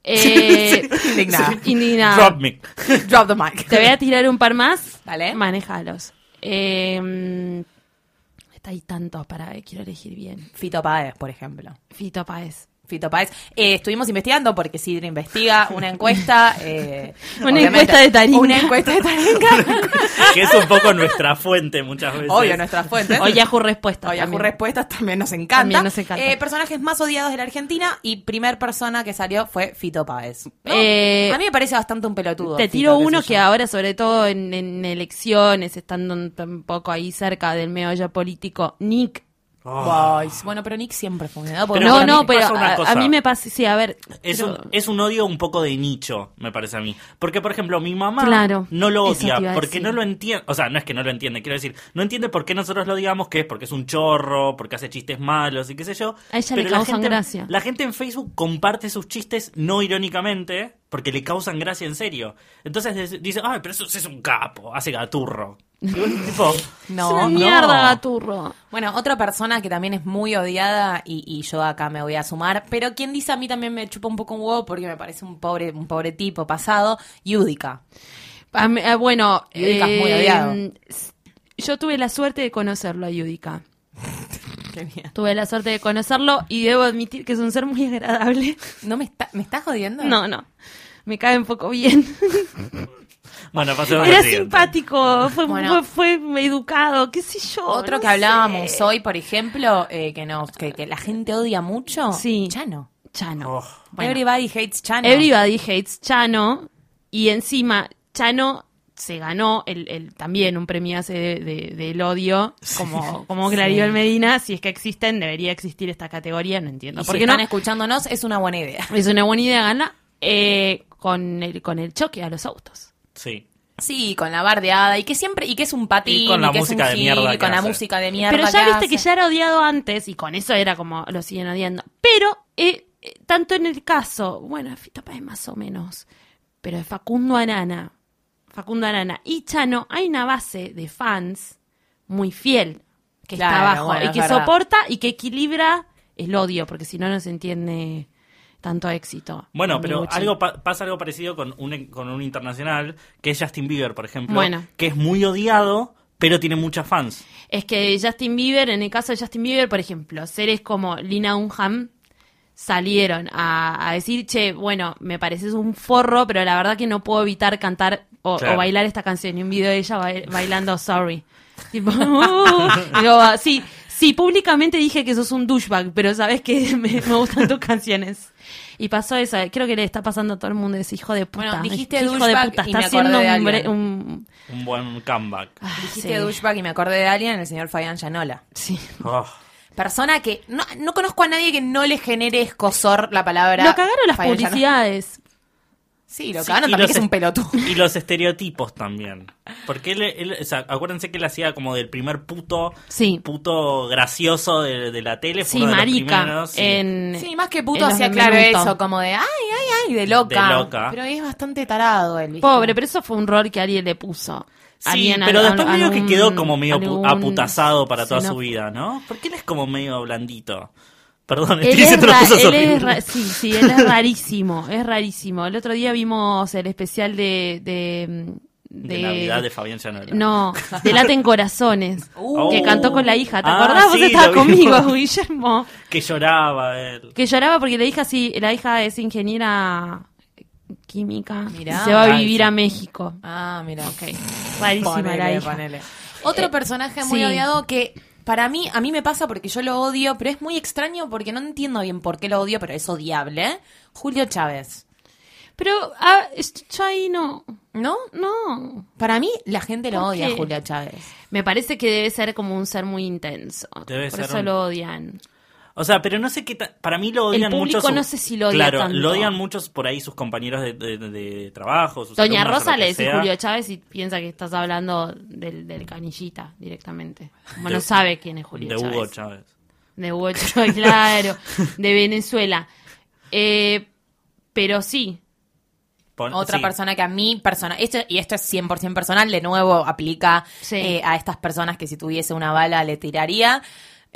[SPEAKER 3] Eh,
[SPEAKER 4] Indignada.
[SPEAKER 3] indignada.
[SPEAKER 5] Drop me.
[SPEAKER 4] Drop the mic.
[SPEAKER 3] Te voy a tirar un par más.
[SPEAKER 4] Dale.
[SPEAKER 3] Manejalos. Eh, está ahí tantos para eh, quiero elegir bien.
[SPEAKER 4] Fito Páez, por ejemplo.
[SPEAKER 3] Fito Paez.
[SPEAKER 4] Fito Páez. Eh, estuvimos investigando porque Sidra investiga una encuesta. eh,
[SPEAKER 3] Una
[SPEAKER 4] obviamente,
[SPEAKER 3] encuesta de Taringa.
[SPEAKER 4] Una encuesta de Taringa.
[SPEAKER 5] Que es un poco nuestra fuente muchas veces.
[SPEAKER 4] Obvio, nuestras fuentes.
[SPEAKER 3] O Yahoo Respuesta.
[SPEAKER 4] O Yahoo
[SPEAKER 3] también.
[SPEAKER 4] respuestas también nos encanta.
[SPEAKER 3] También nos encanta.
[SPEAKER 4] Eh, personajes más odiados de la Argentina y primer persona que salió fue Fito Páez. ¿No?
[SPEAKER 3] Eh,
[SPEAKER 4] a mí me parece bastante un pelotudo.
[SPEAKER 3] Te
[SPEAKER 4] Fito,
[SPEAKER 3] tiro
[SPEAKER 4] qué sé
[SPEAKER 3] uno
[SPEAKER 4] yo.
[SPEAKER 3] que ahora, sobre todo en, en elecciones, estando un, un poco ahí cerca del meollo político, Nick.
[SPEAKER 4] Boys. Bueno, pero Nick siempre fue un dedo, porque
[SPEAKER 5] Pero
[SPEAKER 3] no,
[SPEAKER 5] para
[SPEAKER 3] no,
[SPEAKER 5] mí
[SPEAKER 3] pero
[SPEAKER 5] pasa una
[SPEAKER 3] a, a
[SPEAKER 5] cosa.
[SPEAKER 3] mí me pasa, sí, a ver.
[SPEAKER 5] Es
[SPEAKER 3] yo-
[SPEAKER 5] un, es un odio un poco de nicho, me parece a mí. Porque, por ejemplo, mi mamá
[SPEAKER 3] Claro,
[SPEAKER 5] no lo
[SPEAKER 3] eso te iba
[SPEAKER 5] odia,
[SPEAKER 3] a
[SPEAKER 5] porque
[SPEAKER 3] decir.
[SPEAKER 5] no lo entiende. O sea, no es que no lo entiende, quiero decir, no entiende por qué nosotros lo digamos que es porque es un chorro, porque hace chistes malos y qué sé yo.
[SPEAKER 3] A ella le
[SPEAKER 5] la
[SPEAKER 3] causan
[SPEAKER 5] gente-
[SPEAKER 3] gracia.
[SPEAKER 5] La gente en Facebook comparte sus chistes no irónicamente, porque le causan gracia en serio. Entonces des- dice, ay, pero eso es un capo, hace gaturro. Y vos, tipo,
[SPEAKER 4] No,
[SPEAKER 3] es una
[SPEAKER 4] no.
[SPEAKER 3] mierda, gaturro.
[SPEAKER 4] Bueno, otra persona que también es muy odiada, y, y yo acá me voy a sumar, pero quien dice a mí también me chupa un poco un huevo porque me parece un pobre, un pobre tipo pasado, Yudica.
[SPEAKER 3] A mí- eh, bueno,
[SPEAKER 4] Yudica es muy
[SPEAKER 3] eh,
[SPEAKER 4] odiado.
[SPEAKER 3] s- yo tuve la suerte de conocerlo a Yudica. Tuve la suerte de conocerlo y debo admitir que es un ser muy agradable.
[SPEAKER 4] ¿No me, está, me estás jodiendo?
[SPEAKER 3] No, no. Me cae un poco bien.
[SPEAKER 5] Bueno, pasemos
[SPEAKER 3] Era
[SPEAKER 5] al siguiente.
[SPEAKER 3] simpático, fue,
[SPEAKER 4] Bueno.
[SPEAKER 3] fue, fue educado, qué sé yo.
[SPEAKER 4] Otro
[SPEAKER 3] no
[SPEAKER 4] que hablábamos
[SPEAKER 3] sé.
[SPEAKER 4] hoy, por ejemplo, eh, que, no, que, que la gente odia mucho,
[SPEAKER 3] Sí.
[SPEAKER 4] Chano.
[SPEAKER 3] Chano.
[SPEAKER 5] Oh.
[SPEAKER 3] Bueno.
[SPEAKER 4] Everybody hates Chano.
[SPEAKER 3] Everybody hates Chano. Y encima, Chano se ganó el, el- también un premio hace de- de- del odio, como, como Claribel Medina. Si es que existen, debería existir esta categoría, no
[SPEAKER 4] Y
[SPEAKER 3] entiendo.
[SPEAKER 4] si
[SPEAKER 3] por qué
[SPEAKER 4] están
[SPEAKER 3] no?
[SPEAKER 4] escuchándonos, es una buena idea.
[SPEAKER 3] Es una buena idea ganar eh, con, el, con el choque a los autos.
[SPEAKER 5] Sí.
[SPEAKER 4] Sí, con la bardeada, y que siempre, y que es un patín,
[SPEAKER 5] Y con la
[SPEAKER 4] que es un
[SPEAKER 5] música de
[SPEAKER 4] gil,
[SPEAKER 5] mierda
[SPEAKER 4] y con
[SPEAKER 5] que
[SPEAKER 4] la
[SPEAKER 5] hace.
[SPEAKER 4] música de mierda.
[SPEAKER 3] Pero ya viste que
[SPEAKER 4] hace.
[SPEAKER 3] ya era odiado antes y con eso era como lo siguen odiando. Pero eh, eh, tanto en el caso, bueno, Fito Páez más o menos, pero de Facundo Arana, Facundo Arana y Chano, hay una base de fans muy fiel que está
[SPEAKER 4] Claro,
[SPEAKER 3] abajo
[SPEAKER 4] bueno,
[SPEAKER 3] y
[SPEAKER 4] es
[SPEAKER 3] que
[SPEAKER 4] verdad.
[SPEAKER 3] soporta y que equilibra el odio, porque si no, no se entiende tanto éxito.
[SPEAKER 5] Bueno,
[SPEAKER 3] Ni
[SPEAKER 5] pero
[SPEAKER 3] Gucci.
[SPEAKER 5] algo pa- pasa algo parecido con un, con un internacional, que es Justin Bieber, por ejemplo,
[SPEAKER 3] Bueno.
[SPEAKER 5] que es muy odiado, pero tiene muchas fans.
[SPEAKER 3] Es que Justin Bieber, en el caso de Justin Bieber, por ejemplo, seres como Lina Unham salieron a, a decir, che, bueno, me pareces un forro, pero la verdad que no puedo evitar cantar o,
[SPEAKER 5] Claro.
[SPEAKER 3] o bailar esta canción. Y un video de ella ba- bailando Sorry. Tipo, "Uh". Y digo, "Ah, sí, sí, públicamente dije que sos un douchebag, pero sabes que me, me gustan tus canciones. Y pasó eso, creo que le está pasando a todo el mundo ese hijo de puta.
[SPEAKER 4] Bueno, dijiste
[SPEAKER 3] Este hijo de
[SPEAKER 4] douchebag
[SPEAKER 3] puta,
[SPEAKER 4] y
[SPEAKER 3] está
[SPEAKER 4] me acordé
[SPEAKER 3] haciendo
[SPEAKER 4] de
[SPEAKER 3] un, bre-
[SPEAKER 4] alguien.
[SPEAKER 3] un-
[SPEAKER 5] Un buen comeback.
[SPEAKER 3] Ah,
[SPEAKER 4] Dijiste
[SPEAKER 3] sí.
[SPEAKER 4] douchebag y me acordé de alguien, el señor Fabián Llanola.
[SPEAKER 3] Sí.
[SPEAKER 5] Oh.
[SPEAKER 4] Persona que no, no conozco a nadie que no le genere escosor la palabra.
[SPEAKER 3] Lo cagaron las
[SPEAKER 4] Fabián Llanola.
[SPEAKER 3] publicidades.
[SPEAKER 4] Sí, lo
[SPEAKER 5] Sí,
[SPEAKER 4] cagaron
[SPEAKER 5] y
[SPEAKER 4] también,
[SPEAKER 5] los
[SPEAKER 4] que es un
[SPEAKER 5] est-
[SPEAKER 4] pelotudo.
[SPEAKER 5] Y los estereotipos también. Porque él, él- o sea, acuérdense que él hacía como del primer puto,
[SPEAKER 3] Sí.
[SPEAKER 5] puto gracioso de, de la tele. fue
[SPEAKER 3] Sí,
[SPEAKER 5] uno de los
[SPEAKER 3] marica.
[SPEAKER 5] primeros, sí.
[SPEAKER 3] En...
[SPEAKER 4] Sí, más que
[SPEAKER 3] en
[SPEAKER 4] puto
[SPEAKER 3] los
[SPEAKER 4] hacía
[SPEAKER 3] de
[SPEAKER 4] claro
[SPEAKER 3] Menudo.
[SPEAKER 4] eso, como de ay, ay, ay, de loca.
[SPEAKER 5] De loca.
[SPEAKER 4] Pero es bastante tarado él. ¿viste?
[SPEAKER 3] Pobre, pero eso fue un rol que alguien le puso.
[SPEAKER 5] Sí,
[SPEAKER 3] Alguien,
[SPEAKER 5] pero
[SPEAKER 3] al-
[SPEAKER 5] después
[SPEAKER 3] al-
[SPEAKER 5] medio que
[SPEAKER 3] algún-
[SPEAKER 5] quedó como medio pu-
[SPEAKER 3] algún
[SPEAKER 5] aputazado para toda su
[SPEAKER 3] xenófobo.
[SPEAKER 5] vida, ¿no? Porque él es como medio blandito. Perdón,
[SPEAKER 3] Él
[SPEAKER 5] estoy
[SPEAKER 3] es,
[SPEAKER 5] diciendo
[SPEAKER 3] ra-
[SPEAKER 5] cosas
[SPEAKER 3] él es
[SPEAKER 5] horribles.
[SPEAKER 3] ra- sí, sí, él es rarísimo, es rarísimo. El otro día vimos el especial de... De,
[SPEAKER 5] De, Navidad de Fabián Llanola.
[SPEAKER 3] No, de Laten Corazones,
[SPEAKER 4] Uh.
[SPEAKER 3] que cantó con la hija. ¿Te
[SPEAKER 5] Ah,
[SPEAKER 3] acordás? Vos
[SPEAKER 5] sí,
[SPEAKER 3] estabas
[SPEAKER 5] lo vimos.
[SPEAKER 3] conmigo, Guillermo.
[SPEAKER 5] Que lloraba él.
[SPEAKER 3] Que lloraba porque la hija sí, la hija es ingeniera química.
[SPEAKER 4] Mirá.
[SPEAKER 3] y se va a
[SPEAKER 5] Ah,
[SPEAKER 3] vivir
[SPEAKER 5] sí.
[SPEAKER 3] a México.
[SPEAKER 4] Ah, mira, ok.
[SPEAKER 3] Rarísima
[SPEAKER 4] Ponele,
[SPEAKER 3] la hija. Eh,
[SPEAKER 4] ponele. Otro personaje muy
[SPEAKER 3] sí.
[SPEAKER 4] odiado que para mí, a mí me pasa porque yo lo odio, pero es muy extraño porque no entiendo bien por qué lo odio, pero es odiable. ¿eh? Julio Chávez.
[SPEAKER 3] Pero ah, es- yo ahí no.
[SPEAKER 4] ¿No?
[SPEAKER 3] No.
[SPEAKER 4] Para mí, la gente lo
[SPEAKER 3] ¿Por
[SPEAKER 4] odia,
[SPEAKER 3] qué?
[SPEAKER 4] a Julio Chávez.
[SPEAKER 3] Me parece que debe ser como un ser muy intenso.
[SPEAKER 5] Debe
[SPEAKER 3] Por
[SPEAKER 5] ser
[SPEAKER 3] eso
[SPEAKER 5] un-
[SPEAKER 3] lo odian.
[SPEAKER 5] O sea, pero no sé qué ta- Para mí lo
[SPEAKER 3] El
[SPEAKER 5] odian
[SPEAKER 3] público
[SPEAKER 5] muchos. sus-
[SPEAKER 3] no sé si lo odia
[SPEAKER 5] Claro,
[SPEAKER 3] tanto.
[SPEAKER 5] lo odian muchos por ahí sus compañeros de, de- de trabajo. Sus
[SPEAKER 3] Doña
[SPEAKER 5] alumnos, o
[SPEAKER 3] Rosa
[SPEAKER 5] pues, lo que
[SPEAKER 3] le dice
[SPEAKER 5] sea.
[SPEAKER 3] Julio Chávez y piensa que estás hablando del, del canillita directamente. Como no sabe quién es Julio
[SPEAKER 5] De
[SPEAKER 3] Chávez.
[SPEAKER 5] Hugo Chávez.
[SPEAKER 3] De Hugo Chávez, claro. De Venezuela. Eh, pero sí.
[SPEAKER 5] Pon-
[SPEAKER 4] Otra
[SPEAKER 5] sí.
[SPEAKER 4] persona que a mí, persona, esto, y esto es 100% personal, de nuevo aplica
[SPEAKER 3] Sí.
[SPEAKER 4] eh, a estas personas que si tuviese una bala le tiraría.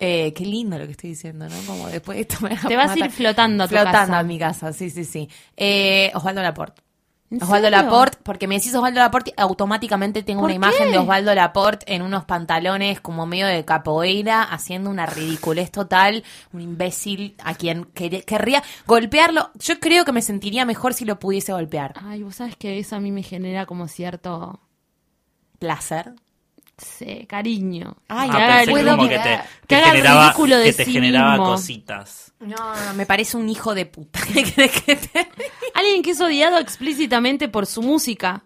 [SPEAKER 4] Eh, qué lindo lo que estoy diciendo, ¿no? Como después de esto me
[SPEAKER 3] Te vas a ir flotando a tu
[SPEAKER 4] Flotando
[SPEAKER 3] casa.
[SPEAKER 4] a mi casa, sí, sí, sí. Eh, Osvaldo Laporte.
[SPEAKER 3] ¿En
[SPEAKER 4] Osvaldo
[SPEAKER 3] serio?
[SPEAKER 4] Laporte, porque me decís Osvaldo Laporte, automáticamente tengo
[SPEAKER 3] ¿Por
[SPEAKER 4] una imagen
[SPEAKER 3] qué?
[SPEAKER 4] de Osvaldo Laporte en unos pantalones como medio de capoeira, haciendo una ridiculez total, un imbécil a quien quer- querría golpearlo. Yo creo que me sentiría mejor si lo pudiese golpear.
[SPEAKER 3] Ay, vos sabes que eso a mí me genera como cierto
[SPEAKER 4] placer.
[SPEAKER 3] sí, cariño.
[SPEAKER 4] Ay,
[SPEAKER 3] Que
[SPEAKER 4] ya
[SPEAKER 5] ah,
[SPEAKER 3] haga
[SPEAKER 5] pensé
[SPEAKER 3] el-
[SPEAKER 5] como que
[SPEAKER 4] mirar.
[SPEAKER 5] te,
[SPEAKER 3] Que
[SPEAKER 5] te
[SPEAKER 3] haga el
[SPEAKER 5] generaba,
[SPEAKER 3] ridículo de
[SPEAKER 5] que te
[SPEAKER 3] sí
[SPEAKER 5] generaba
[SPEAKER 3] mismo.
[SPEAKER 5] cositas.
[SPEAKER 4] No, no,
[SPEAKER 3] Ah,
[SPEAKER 4] no, me parece un hijo de puta. ¿Qué querés que te-
[SPEAKER 3] Alguien que es odiado explícitamente por su música.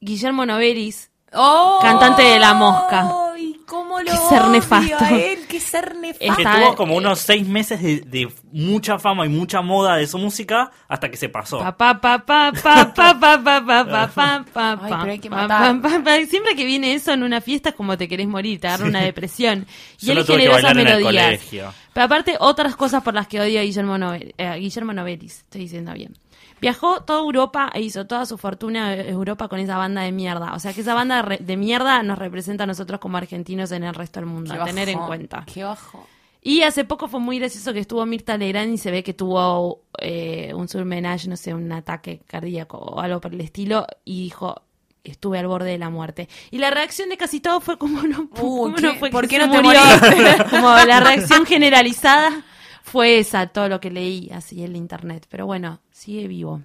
[SPEAKER 3] Guillermo Novelis.
[SPEAKER 4] ¡Oh!
[SPEAKER 3] Cantante de La Mosca.
[SPEAKER 4] Ay, cómo lo
[SPEAKER 3] Qué ser
[SPEAKER 4] odio
[SPEAKER 3] nefasto.
[SPEAKER 4] a él, qué puede ser nefasto.
[SPEAKER 5] Es que
[SPEAKER 3] Está-
[SPEAKER 5] tuvo como unos seis meses de, de mucha fama y mucha moda de su música hasta que se pasó.
[SPEAKER 3] Pa, pa, pa, pa, pa, pa, pa, pa, pa, pa, pa, pa,
[SPEAKER 4] Ay,
[SPEAKER 3] pa,
[SPEAKER 4] pero hay que
[SPEAKER 3] pa,
[SPEAKER 4] matar.
[SPEAKER 3] pa, pa, pa. Siempre que viene eso en una fiesta es como te querés morir, te agarra una depresión. Y
[SPEAKER 5] Yo
[SPEAKER 3] él
[SPEAKER 5] lo tuve que
[SPEAKER 3] generó esas
[SPEAKER 5] bailar en el
[SPEAKER 3] melodías.
[SPEAKER 5] colegio.
[SPEAKER 3] Pero aparte, otras cosas por las que odio a Guillermo, Nove- eh, a Guillermo Novelis, estoy diciendo bien. Viajó toda Europa e hizo toda su fortuna en Europa con esa banda de mierda. O sea que esa banda de re- de mierda nos representa a nosotros como argentinos en el resto del mundo,
[SPEAKER 4] Qué
[SPEAKER 3] a tener en
[SPEAKER 4] bajón,
[SPEAKER 3] cuenta.
[SPEAKER 4] Qué bajo.
[SPEAKER 3] Y hace poco fue muy gracioso que estuvo Mirta Legrand y se ve que tuvo eh, un surmenage, no sé, un ataque cardíaco o algo por el estilo, y dijo, estuve al borde de la muerte. Y la reacción de casi todo fue como, no, pu-
[SPEAKER 4] Uh,
[SPEAKER 3] ¿cómo
[SPEAKER 4] ¿qué?
[SPEAKER 3] no fue
[SPEAKER 4] ¿Por
[SPEAKER 3] que
[SPEAKER 4] qué
[SPEAKER 3] se
[SPEAKER 4] no te
[SPEAKER 3] murió?".
[SPEAKER 4] moriste?
[SPEAKER 3] Como la reacción generalizada fue esa, todo lo que leí así en la internet. Pero bueno, sigue vivo.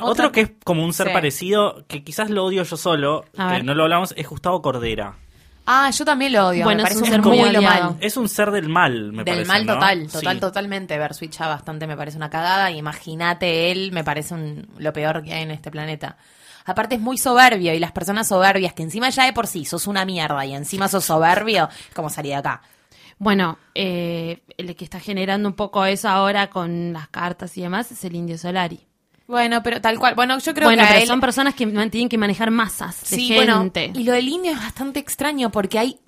[SPEAKER 5] Otro que es como un ser
[SPEAKER 4] Sí.
[SPEAKER 5] parecido, que quizás lo odio yo solo,
[SPEAKER 3] A
[SPEAKER 5] que
[SPEAKER 3] ver.
[SPEAKER 5] no lo hablamos, es Gustavo Cordera.
[SPEAKER 4] Ah, yo también lo odio.
[SPEAKER 3] Bueno,
[SPEAKER 4] me
[SPEAKER 3] es
[SPEAKER 4] parece
[SPEAKER 3] un
[SPEAKER 4] un
[SPEAKER 3] ser
[SPEAKER 4] ser
[SPEAKER 3] muy
[SPEAKER 4] muy lo
[SPEAKER 3] odiado.
[SPEAKER 4] mal.
[SPEAKER 5] Es un ser del mal, me
[SPEAKER 4] Del
[SPEAKER 5] parece.
[SPEAKER 4] mal
[SPEAKER 5] ¿no?
[SPEAKER 4] total, total,
[SPEAKER 5] Sí.
[SPEAKER 4] totalmente. Bersuit ya bastante me parece una cagada. y Imagínate él, me parece un- lo peor que hay en este planeta. Aparte es muy soberbio y las personas soberbias, que encima ya de por sí sos una mierda y encima sos soberbio, es como salir de acá.
[SPEAKER 3] Bueno, eh, el que está generando un poco eso ahora con las cartas y demás es el Indio Solari.
[SPEAKER 4] Bueno, pero tal cual. Bueno, yo creo
[SPEAKER 3] bueno,
[SPEAKER 4] que a
[SPEAKER 3] pero
[SPEAKER 4] él-
[SPEAKER 3] son personas que man- tienen que manejar masas de
[SPEAKER 4] Sí, bueno,
[SPEAKER 3] gente.
[SPEAKER 4] y lo del indio es bastante extraño porque hay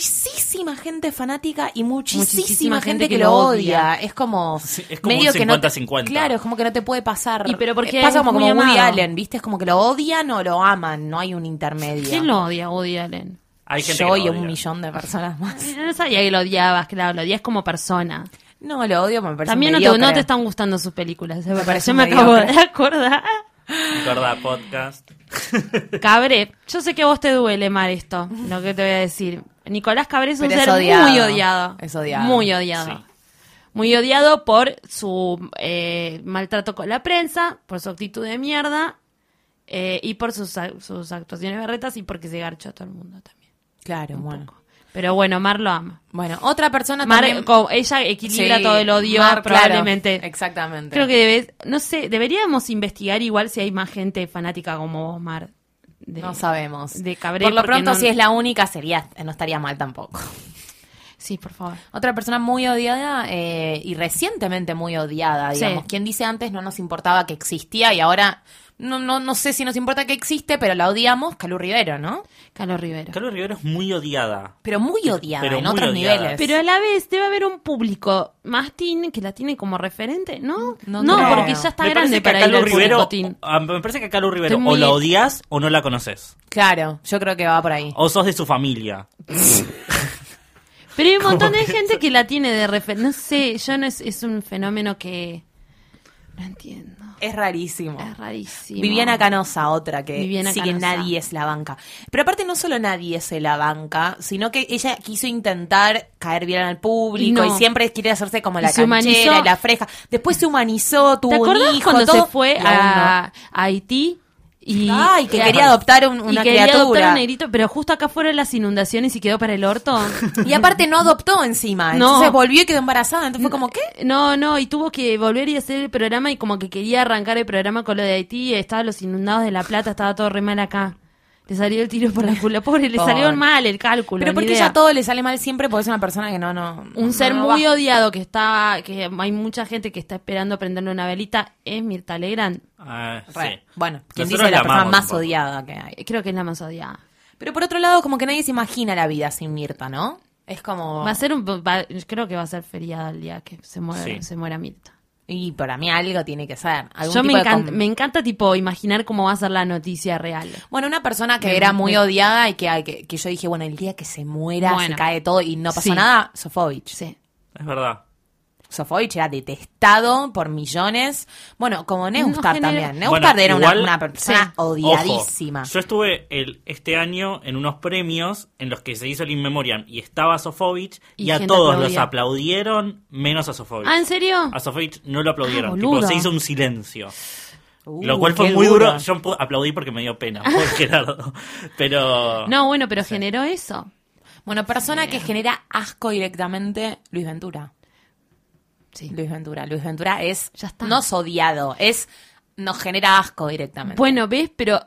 [SPEAKER 4] muchísima gente fanática y muchísima,
[SPEAKER 3] Muchísima
[SPEAKER 4] gente, que, lo odia. Es como,
[SPEAKER 5] Sí, es como un
[SPEAKER 4] que no te-
[SPEAKER 5] 50-50.
[SPEAKER 4] Claro, es como que no te puede pasar.
[SPEAKER 3] Y pero porque
[SPEAKER 4] Eh, pasa
[SPEAKER 3] es
[SPEAKER 4] como,
[SPEAKER 3] muy
[SPEAKER 4] como Woody
[SPEAKER 3] amado.
[SPEAKER 4] Allen, ¿viste? Es como que lo odian o lo aman, no hay un intermedio.
[SPEAKER 3] ¿Quién lo odia, Woody Allen?
[SPEAKER 5] Hay gente
[SPEAKER 4] Yo
[SPEAKER 5] que
[SPEAKER 4] y
[SPEAKER 5] lo
[SPEAKER 4] un
[SPEAKER 5] odia.
[SPEAKER 4] millón de personas más.
[SPEAKER 3] No sabía que lo odiabas, claro, lo odias como persona.
[SPEAKER 4] No, lo odio, me parece
[SPEAKER 3] También no te,
[SPEAKER 4] mediocre.
[SPEAKER 3] no te están gustando sus películas, es verdad.
[SPEAKER 4] parece
[SPEAKER 3] Yo me
[SPEAKER 4] mediocre.
[SPEAKER 3] acabo de acordar.
[SPEAKER 5] Recuerda podcast.
[SPEAKER 3] Cabré, yo sé que a vos te duele mal esto, lo que te voy a decir. Nicolás Cabré es un
[SPEAKER 4] Pero es
[SPEAKER 3] ser
[SPEAKER 4] odiado,
[SPEAKER 3] muy odiado.
[SPEAKER 4] es odiado.
[SPEAKER 3] Muy odiado.
[SPEAKER 5] Sí.
[SPEAKER 3] Muy odiado por su eh, maltrato con la prensa, por su actitud de mierda eh, y por sus, ac- sus actuaciones berretas y porque se garchó a todo el mundo también.
[SPEAKER 4] Claro, bueno.
[SPEAKER 3] Pero bueno, Mar lo ama.
[SPEAKER 4] Bueno, otra persona
[SPEAKER 3] Mar-
[SPEAKER 4] también...
[SPEAKER 3] como ella equilibra
[SPEAKER 4] Sí,
[SPEAKER 3] todo el odio,
[SPEAKER 4] Mar, claro,
[SPEAKER 3] probablemente.
[SPEAKER 4] exactamente.
[SPEAKER 3] Creo que debes, no sé, deberíamos investigar igual si hay más gente fanática como vos, Mar. de-
[SPEAKER 4] No sabemos.
[SPEAKER 3] De Cabré.
[SPEAKER 4] Por lo
[SPEAKER 3] porque
[SPEAKER 4] pronto,
[SPEAKER 3] no-
[SPEAKER 4] si es la única, sería, no estaría mal tampoco.
[SPEAKER 3] Sí, por favor.
[SPEAKER 4] Otra persona muy odiada eh, y recientemente muy odiada,
[SPEAKER 3] Sí.
[SPEAKER 4] digamos. Quien dice antes no nos importaba que existía y ahora no, no, no sé si nos importa que existe, pero la odiamos, Calu Rivero, ¿no?
[SPEAKER 3] Carlos Rivero.
[SPEAKER 5] Carlos Rivero es muy odiada.
[SPEAKER 4] Pero muy odiada
[SPEAKER 5] Pero
[SPEAKER 4] en
[SPEAKER 5] muy
[SPEAKER 4] otros
[SPEAKER 5] odiada.
[SPEAKER 4] niveles.
[SPEAKER 3] Pero a la vez debe haber un público más teen que la tiene como referente, ¿no? No,
[SPEAKER 4] No creo.
[SPEAKER 3] porque ya está
[SPEAKER 5] Me
[SPEAKER 3] grande
[SPEAKER 5] parece que a
[SPEAKER 3] para ir
[SPEAKER 5] Calu
[SPEAKER 3] al
[SPEAKER 5] Rivero,
[SPEAKER 3] público teen.
[SPEAKER 5] ah, Me parece que a Calu Rivero
[SPEAKER 3] Estoy
[SPEAKER 5] o la
[SPEAKER 3] muy-
[SPEAKER 5] odias o no la conoces.
[SPEAKER 4] Claro, yo creo que va por ahí.
[SPEAKER 5] O sos de su familia.
[SPEAKER 3] Pero hay un montón de gente que la tiene de referente. No sé, yo no es, es un fenómeno que no entiendo.
[SPEAKER 4] Es rarísimo.
[SPEAKER 3] Oh. Es rarísimo.
[SPEAKER 4] Viviana Canosa, otra que
[SPEAKER 3] Viviana
[SPEAKER 4] sí que
[SPEAKER 3] Canosa.
[SPEAKER 4] nadie es la banca. Pero aparte no solo nadie se la banca, sino que ella quiso intentar caer bien al público
[SPEAKER 3] Y
[SPEAKER 4] y,
[SPEAKER 3] no.
[SPEAKER 4] siempre quiere hacerse como la
[SPEAKER 3] Y se humanizó.
[SPEAKER 4] canchera y la fresca. Después se humanizó, tuvo
[SPEAKER 3] ¿Te acordás
[SPEAKER 4] un hijo,
[SPEAKER 3] cuando
[SPEAKER 4] todo,
[SPEAKER 3] se fue
[SPEAKER 4] y aún
[SPEAKER 3] a, a Haití? Y,
[SPEAKER 4] no. Ay, que
[SPEAKER 3] y-
[SPEAKER 4] quería adoptar un-
[SPEAKER 3] y
[SPEAKER 4] una
[SPEAKER 3] quería
[SPEAKER 4] criatura.
[SPEAKER 3] adoptar un negrito, pero justo acá fueron las inundaciones y quedó para el orto.
[SPEAKER 4] Y aparte no adoptó encima,
[SPEAKER 3] No.
[SPEAKER 4] entonces volvió y quedó embarazada, entonces fue como ¿qué?
[SPEAKER 3] No, no, y tuvo que volver y hacer el programa y como que quería arrancar el programa con lo de Haití, estaban los inundados de La Plata, estaba todo re mal acá. Le salió el tiro por la culo, pobre, le
[SPEAKER 4] Pobre.
[SPEAKER 3] salió mal el cálculo.
[SPEAKER 4] Pero
[SPEAKER 3] ni
[SPEAKER 4] porque
[SPEAKER 3] idea.
[SPEAKER 4] ella todo le sale mal siempre porque es una persona que no no
[SPEAKER 3] Un
[SPEAKER 4] no,
[SPEAKER 3] ser
[SPEAKER 4] no
[SPEAKER 3] muy
[SPEAKER 4] va.
[SPEAKER 3] odiado que está, que hay mucha gente que está esperando prenderle una velita, es Mirta Legrand.
[SPEAKER 5] Ah,
[SPEAKER 4] Re.
[SPEAKER 5] sí.
[SPEAKER 4] Bueno, quien
[SPEAKER 5] Nosotros
[SPEAKER 4] dice la persona
[SPEAKER 5] amamos un
[SPEAKER 4] más
[SPEAKER 5] poco.
[SPEAKER 4] odiada que hay.
[SPEAKER 3] Creo que es la más odiada.
[SPEAKER 4] Pero por otro lado, como que nadie se imagina la vida sin Mirta, ¿no? Es como...
[SPEAKER 3] Va a ser un, va- creo que va a ser feriado el día que se muera,
[SPEAKER 5] Sí.
[SPEAKER 3] se muera Mirta.
[SPEAKER 4] Y para mí algo tiene que ser. Algún
[SPEAKER 3] Yo me,
[SPEAKER 4] tipo de
[SPEAKER 3] encanta,
[SPEAKER 4] com-
[SPEAKER 3] me encanta tipo imaginar cómo va a ser la noticia real.
[SPEAKER 4] Bueno, una persona que era muy odiada y que, que, que yo dije, bueno, el día que se muera,
[SPEAKER 3] Bueno.
[SPEAKER 4] se cae todo y no pasó
[SPEAKER 3] Sí.
[SPEAKER 4] nada, Sofovich.
[SPEAKER 3] Sí.
[SPEAKER 5] Es verdad.
[SPEAKER 4] Sofovich era detestado por millones. Bueno, como Neustad
[SPEAKER 3] genera-
[SPEAKER 4] también. Neustad
[SPEAKER 5] Bueno,
[SPEAKER 4] era
[SPEAKER 5] igual-
[SPEAKER 4] una, una persona
[SPEAKER 3] Sí.
[SPEAKER 4] odiadísima.
[SPEAKER 5] Ojo, yo estuve el, este año en unos premios en los que se hizo el In Memoriam y estaba Sofovich
[SPEAKER 3] Y
[SPEAKER 5] y, a
[SPEAKER 3] gente
[SPEAKER 5] todos los
[SPEAKER 3] aplaudía.
[SPEAKER 5] aplaudieron menos a Sofovich.
[SPEAKER 3] Ah, ¿en serio?
[SPEAKER 5] A Sofovich no lo aplaudieron,
[SPEAKER 3] Ah,
[SPEAKER 5] tipo,
[SPEAKER 3] boludo.
[SPEAKER 5] se hizo un silencio.
[SPEAKER 4] Uh,
[SPEAKER 5] lo cual fue
[SPEAKER 4] qué
[SPEAKER 5] muy duro. Yo pu- aplaudí porque me dio pena, por Gerardo. Pero.
[SPEAKER 3] No, bueno, pero generó eso.
[SPEAKER 4] Bueno, persona que genera asco directamente, Luis Ventura.
[SPEAKER 3] Sí.
[SPEAKER 4] Luis Ventura. Luis Ventura es...
[SPEAKER 3] Ya está.
[SPEAKER 4] No es odiado, es... Nos genera asco directamente.
[SPEAKER 3] Bueno, ves, pero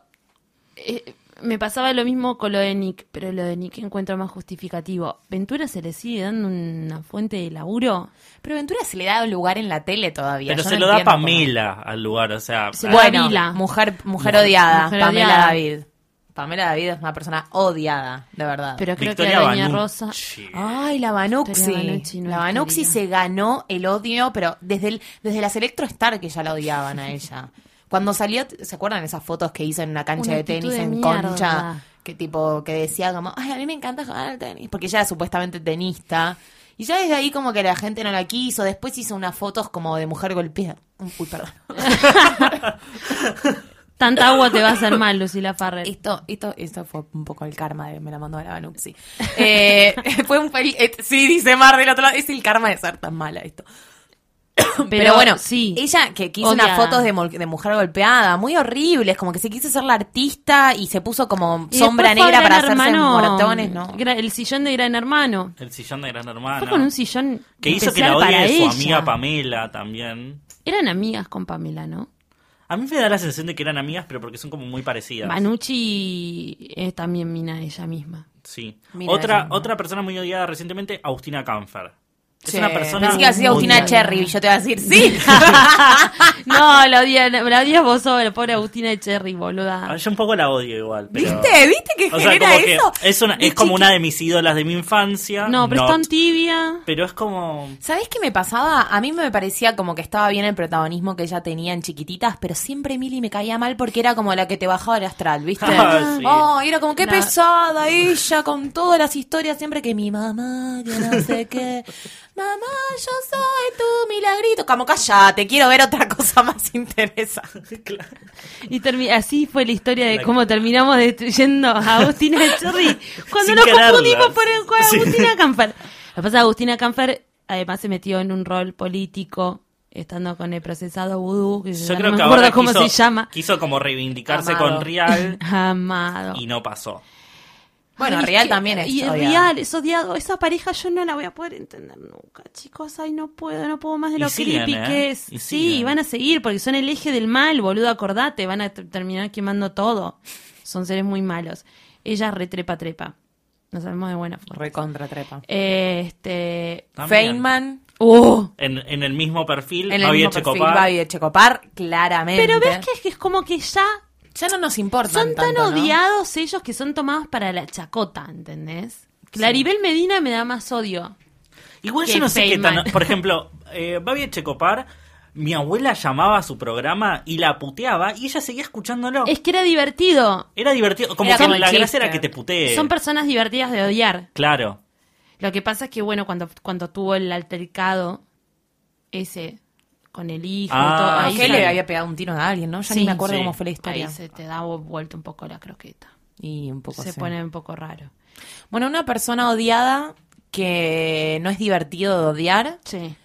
[SPEAKER 3] eh, me pasaba lo mismo con lo de Nick, pero lo de Nick encuentro más justificativo. ¿Ventura se le sigue dando una fuente de laburo?
[SPEAKER 4] Pero Ventura se le da un lugar en la tele todavía.
[SPEAKER 5] Pero
[SPEAKER 4] yo
[SPEAKER 5] se
[SPEAKER 4] no
[SPEAKER 5] lo da
[SPEAKER 4] entiendo cómo-
[SPEAKER 5] Pamela al lugar, o sea.
[SPEAKER 3] Se-
[SPEAKER 4] Bueno,
[SPEAKER 3] Pamela.
[SPEAKER 4] Mujer, mujer odiada,
[SPEAKER 3] Mujer
[SPEAKER 4] Pamela
[SPEAKER 3] odiada.
[SPEAKER 4] David. Pamela David es una persona odiada, de verdad.
[SPEAKER 3] Pero creo
[SPEAKER 5] Victoria
[SPEAKER 3] que la Doña
[SPEAKER 5] Banucci.
[SPEAKER 3] Rosa...
[SPEAKER 4] Ay, la Banuxi.
[SPEAKER 3] Victoria Banucci no
[SPEAKER 4] la
[SPEAKER 3] es
[SPEAKER 4] Banuxi
[SPEAKER 3] querida.
[SPEAKER 4] se ganó el odio, pero desde, el, desde las Electro Star que ya la odiaban a ella. Cuando salió, ¿se acuerdan esas fotos que hizo en una cancha
[SPEAKER 3] Una
[SPEAKER 4] de tenis
[SPEAKER 3] actitud de
[SPEAKER 4] en
[SPEAKER 3] mierda.
[SPEAKER 4] concha? Que tipo, que decía como, ay, a mí me encanta jugar al tenis. Porque ella era supuestamente tenista. Y ya desde ahí como que la gente no la quiso. Después hizo unas fotos como de mujer golpeada. Uy, perdón.
[SPEAKER 3] Tanta agua te va a hacer mal, Lucila Farrer.
[SPEAKER 4] Esto, esto, esto fue un poco el karma de me la mandó a la Banuxi. Eh, fue un fel- eh, sí, dice Mar del otro lado, es el karma de ser tan mala esto.
[SPEAKER 3] Pero,
[SPEAKER 4] Pero, bueno,
[SPEAKER 3] sí.
[SPEAKER 4] ella que quiso
[SPEAKER 3] Odiada.
[SPEAKER 4] unas fotos de, mol- de mujer golpeada, muy horribles, como que se quiso ser la artista y se puso como
[SPEAKER 3] Y
[SPEAKER 4] sombra
[SPEAKER 3] después fue
[SPEAKER 4] negra
[SPEAKER 3] a
[SPEAKER 4] para
[SPEAKER 3] Gran
[SPEAKER 4] hacerse
[SPEAKER 3] Hermano,
[SPEAKER 4] moratones, ¿no?
[SPEAKER 3] Gra- El sillón de Gran Hermano.
[SPEAKER 5] El sillón de Gran
[SPEAKER 3] Fue
[SPEAKER 5] Hermano.
[SPEAKER 3] con un sillón
[SPEAKER 5] Ah, que hizo que
[SPEAKER 3] especial
[SPEAKER 5] la
[SPEAKER 3] para
[SPEAKER 5] odie su
[SPEAKER 3] ella.
[SPEAKER 5] amiga Pamela también.
[SPEAKER 3] Eran amigas con Pamela, ¿no?
[SPEAKER 5] A mí me da la sensación de que eran amigas, pero porque son como muy parecidas.
[SPEAKER 3] Manucci es también mina ella misma.
[SPEAKER 5] Sí.
[SPEAKER 4] Mira,
[SPEAKER 5] otra,
[SPEAKER 4] ella, ¿no?
[SPEAKER 5] otra persona muy odiada recientemente, Agustina Canfer. Es
[SPEAKER 4] Sí.
[SPEAKER 5] una persona.
[SPEAKER 4] Pensé que iba a decir Agustina
[SPEAKER 5] odiada.
[SPEAKER 4] Cherry y yo te iba a decir, sí.
[SPEAKER 3] No, la odias la odias vos sobre pobre Agustina Cherry, boluda.
[SPEAKER 5] Ah, Yo un poco la odio igual. pero-
[SPEAKER 4] ¿Viste? ¿Viste que
[SPEAKER 5] O sea,
[SPEAKER 4] genera
[SPEAKER 5] como que
[SPEAKER 4] eso?
[SPEAKER 5] es, una,
[SPEAKER 4] De
[SPEAKER 5] es como
[SPEAKER 4] chiqui-
[SPEAKER 5] una de mis ídolas de mi infancia.
[SPEAKER 3] No, pero es
[SPEAKER 5] Not.
[SPEAKER 3] tan tibia.
[SPEAKER 5] Pero es como.
[SPEAKER 4] ¿Sabés qué me pasaba? A mí me parecía como que estaba bien el protagonismo que ella tenía en chiquititas, pero siempre Milly me caía mal porque era como la que te bajaba el astral, ¿viste?
[SPEAKER 5] Ah, sí.
[SPEAKER 4] Oh, era como qué
[SPEAKER 3] La-
[SPEAKER 4] pesada ella con todas las historias, siempre que mi mamá, que no sé qué. Mamá, yo soy tu milagrito. Como callate, quiero ver otra cosa más interesante.
[SPEAKER 3] Y termi- así fue la historia de
[SPEAKER 5] La-
[SPEAKER 3] cómo terminamos destruyendo a Agustina Cherry cuando
[SPEAKER 5] Sin
[SPEAKER 3] nos
[SPEAKER 5] quererla.
[SPEAKER 3] confundimos por el con
[SPEAKER 5] Sí.
[SPEAKER 3] Agustina Camper. Lo que pasa es que Agustina Camper además se metió en un rol político estando con el procesado vudú. que
[SPEAKER 5] Yo
[SPEAKER 3] no
[SPEAKER 5] creo
[SPEAKER 3] me
[SPEAKER 5] que
[SPEAKER 3] acuerdo
[SPEAKER 5] ahora
[SPEAKER 3] cómo
[SPEAKER 5] quiso,
[SPEAKER 3] se llama.
[SPEAKER 5] quiso como reivindicarse
[SPEAKER 4] Amado.
[SPEAKER 5] con Real
[SPEAKER 3] Amado.
[SPEAKER 5] y no pasó.
[SPEAKER 4] Bueno,
[SPEAKER 3] Ay,
[SPEAKER 4] Real
[SPEAKER 3] que-
[SPEAKER 4] también es
[SPEAKER 3] Y
[SPEAKER 4] odiada.
[SPEAKER 3] Real es odiado. Esa pareja yo no la voy a poder entender nunca, chicos. Ay, no puedo, no puedo más de
[SPEAKER 5] Y
[SPEAKER 3] lo
[SPEAKER 5] siguen,
[SPEAKER 3] creepy
[SPEAKER 5] ¿eh?
[SPEAKER 3] que es. sí,
[SPEAKER 5] Y siguen.
[SPEAKER 3] van a seguir porque son el eje del mal, boludo. Acordate, van a t- terminar quemando todo. Son seres muy malos. Ella retrepa trepa. Nos sabemos de buena forma.
[SPEAKER 4] Recontra trepa.
[SPEAKER 3] Este.
[SPEAKER 5] También.
[SPEAKER 4] Feynman.
[SPEAKER 3] ¡Oh!
[SPEAKER 5] En, en el mismo perfil,
[SPEAKER 4] En el
[SPEAKER 5] había
[SPEAKER 4] mismo perfil, Babi de Checopar, claramente.
[SPEAKER 3] Pero ves que es- que es como que ya
[SPEAKER 4] ya no nos importa.
[SPEAKER 3] son tan odiados ellos que son tomados para la chacota, ¿entendés? Claribel Medina me da más odio.
[SPEAKER 5] Igual
[SPEAKER 3] que
[SPEAKER 5] yo no sé qué
[SPEAKER 3] Feynman.
[SPEAKER 5] tan. Por ejemplo, eh, Babi Checopar, mi abuela llamaba a su programa y la puteaba y ella seguía escuchándolo.
[SPEAKER 3] Es que era divertido.
[SPEAKER 5] Era divertido. Como
[SPEAKER 4] Era
[SPEAKER 5] que
[SPEAKER 4] como el
[SPEAKER 5] la gracia
[SPEAKER 4] chiste.
[SPEAKER 5] era que te putee.
[SPEAKER 3] Son personas divertidas de odiar.
[SPEAKER 5] Claro.
[SPEAKER 3] Lo que pasa es que, bueno, cuando, cuando tuvo el altercado ese con el hijo,
[SPEAKER 5] Ah,
[SPEAKER 3] todo,
[SPEAKER 4] Ah,
[SPEAKER 3] ahí
[SPEAKER 4] que
[SPEAKER 3] se-
[SPEAKER 4] le había pegado un tiro a alguien, ¿no? Ya
[SPEAKER 3] Sí.
[SPEAKER 4] ni me acuerdo
[SPEAKER 5] Sí.
[SPEAKER 4] cómo fue la historia.
[SPEAKER 3] ahí se te da vuelta un poco la croqueta.
[SPEAKER 4] Y un poco
[SPEAKER 3] se
[SPEAKER 4] Pues sí.
[SPEAKER 3] pone un poco raro.
[SPEAKER 4] Bueno, una persona odiada que no es divertido de odiar,
[SPEAKER 3] Sí.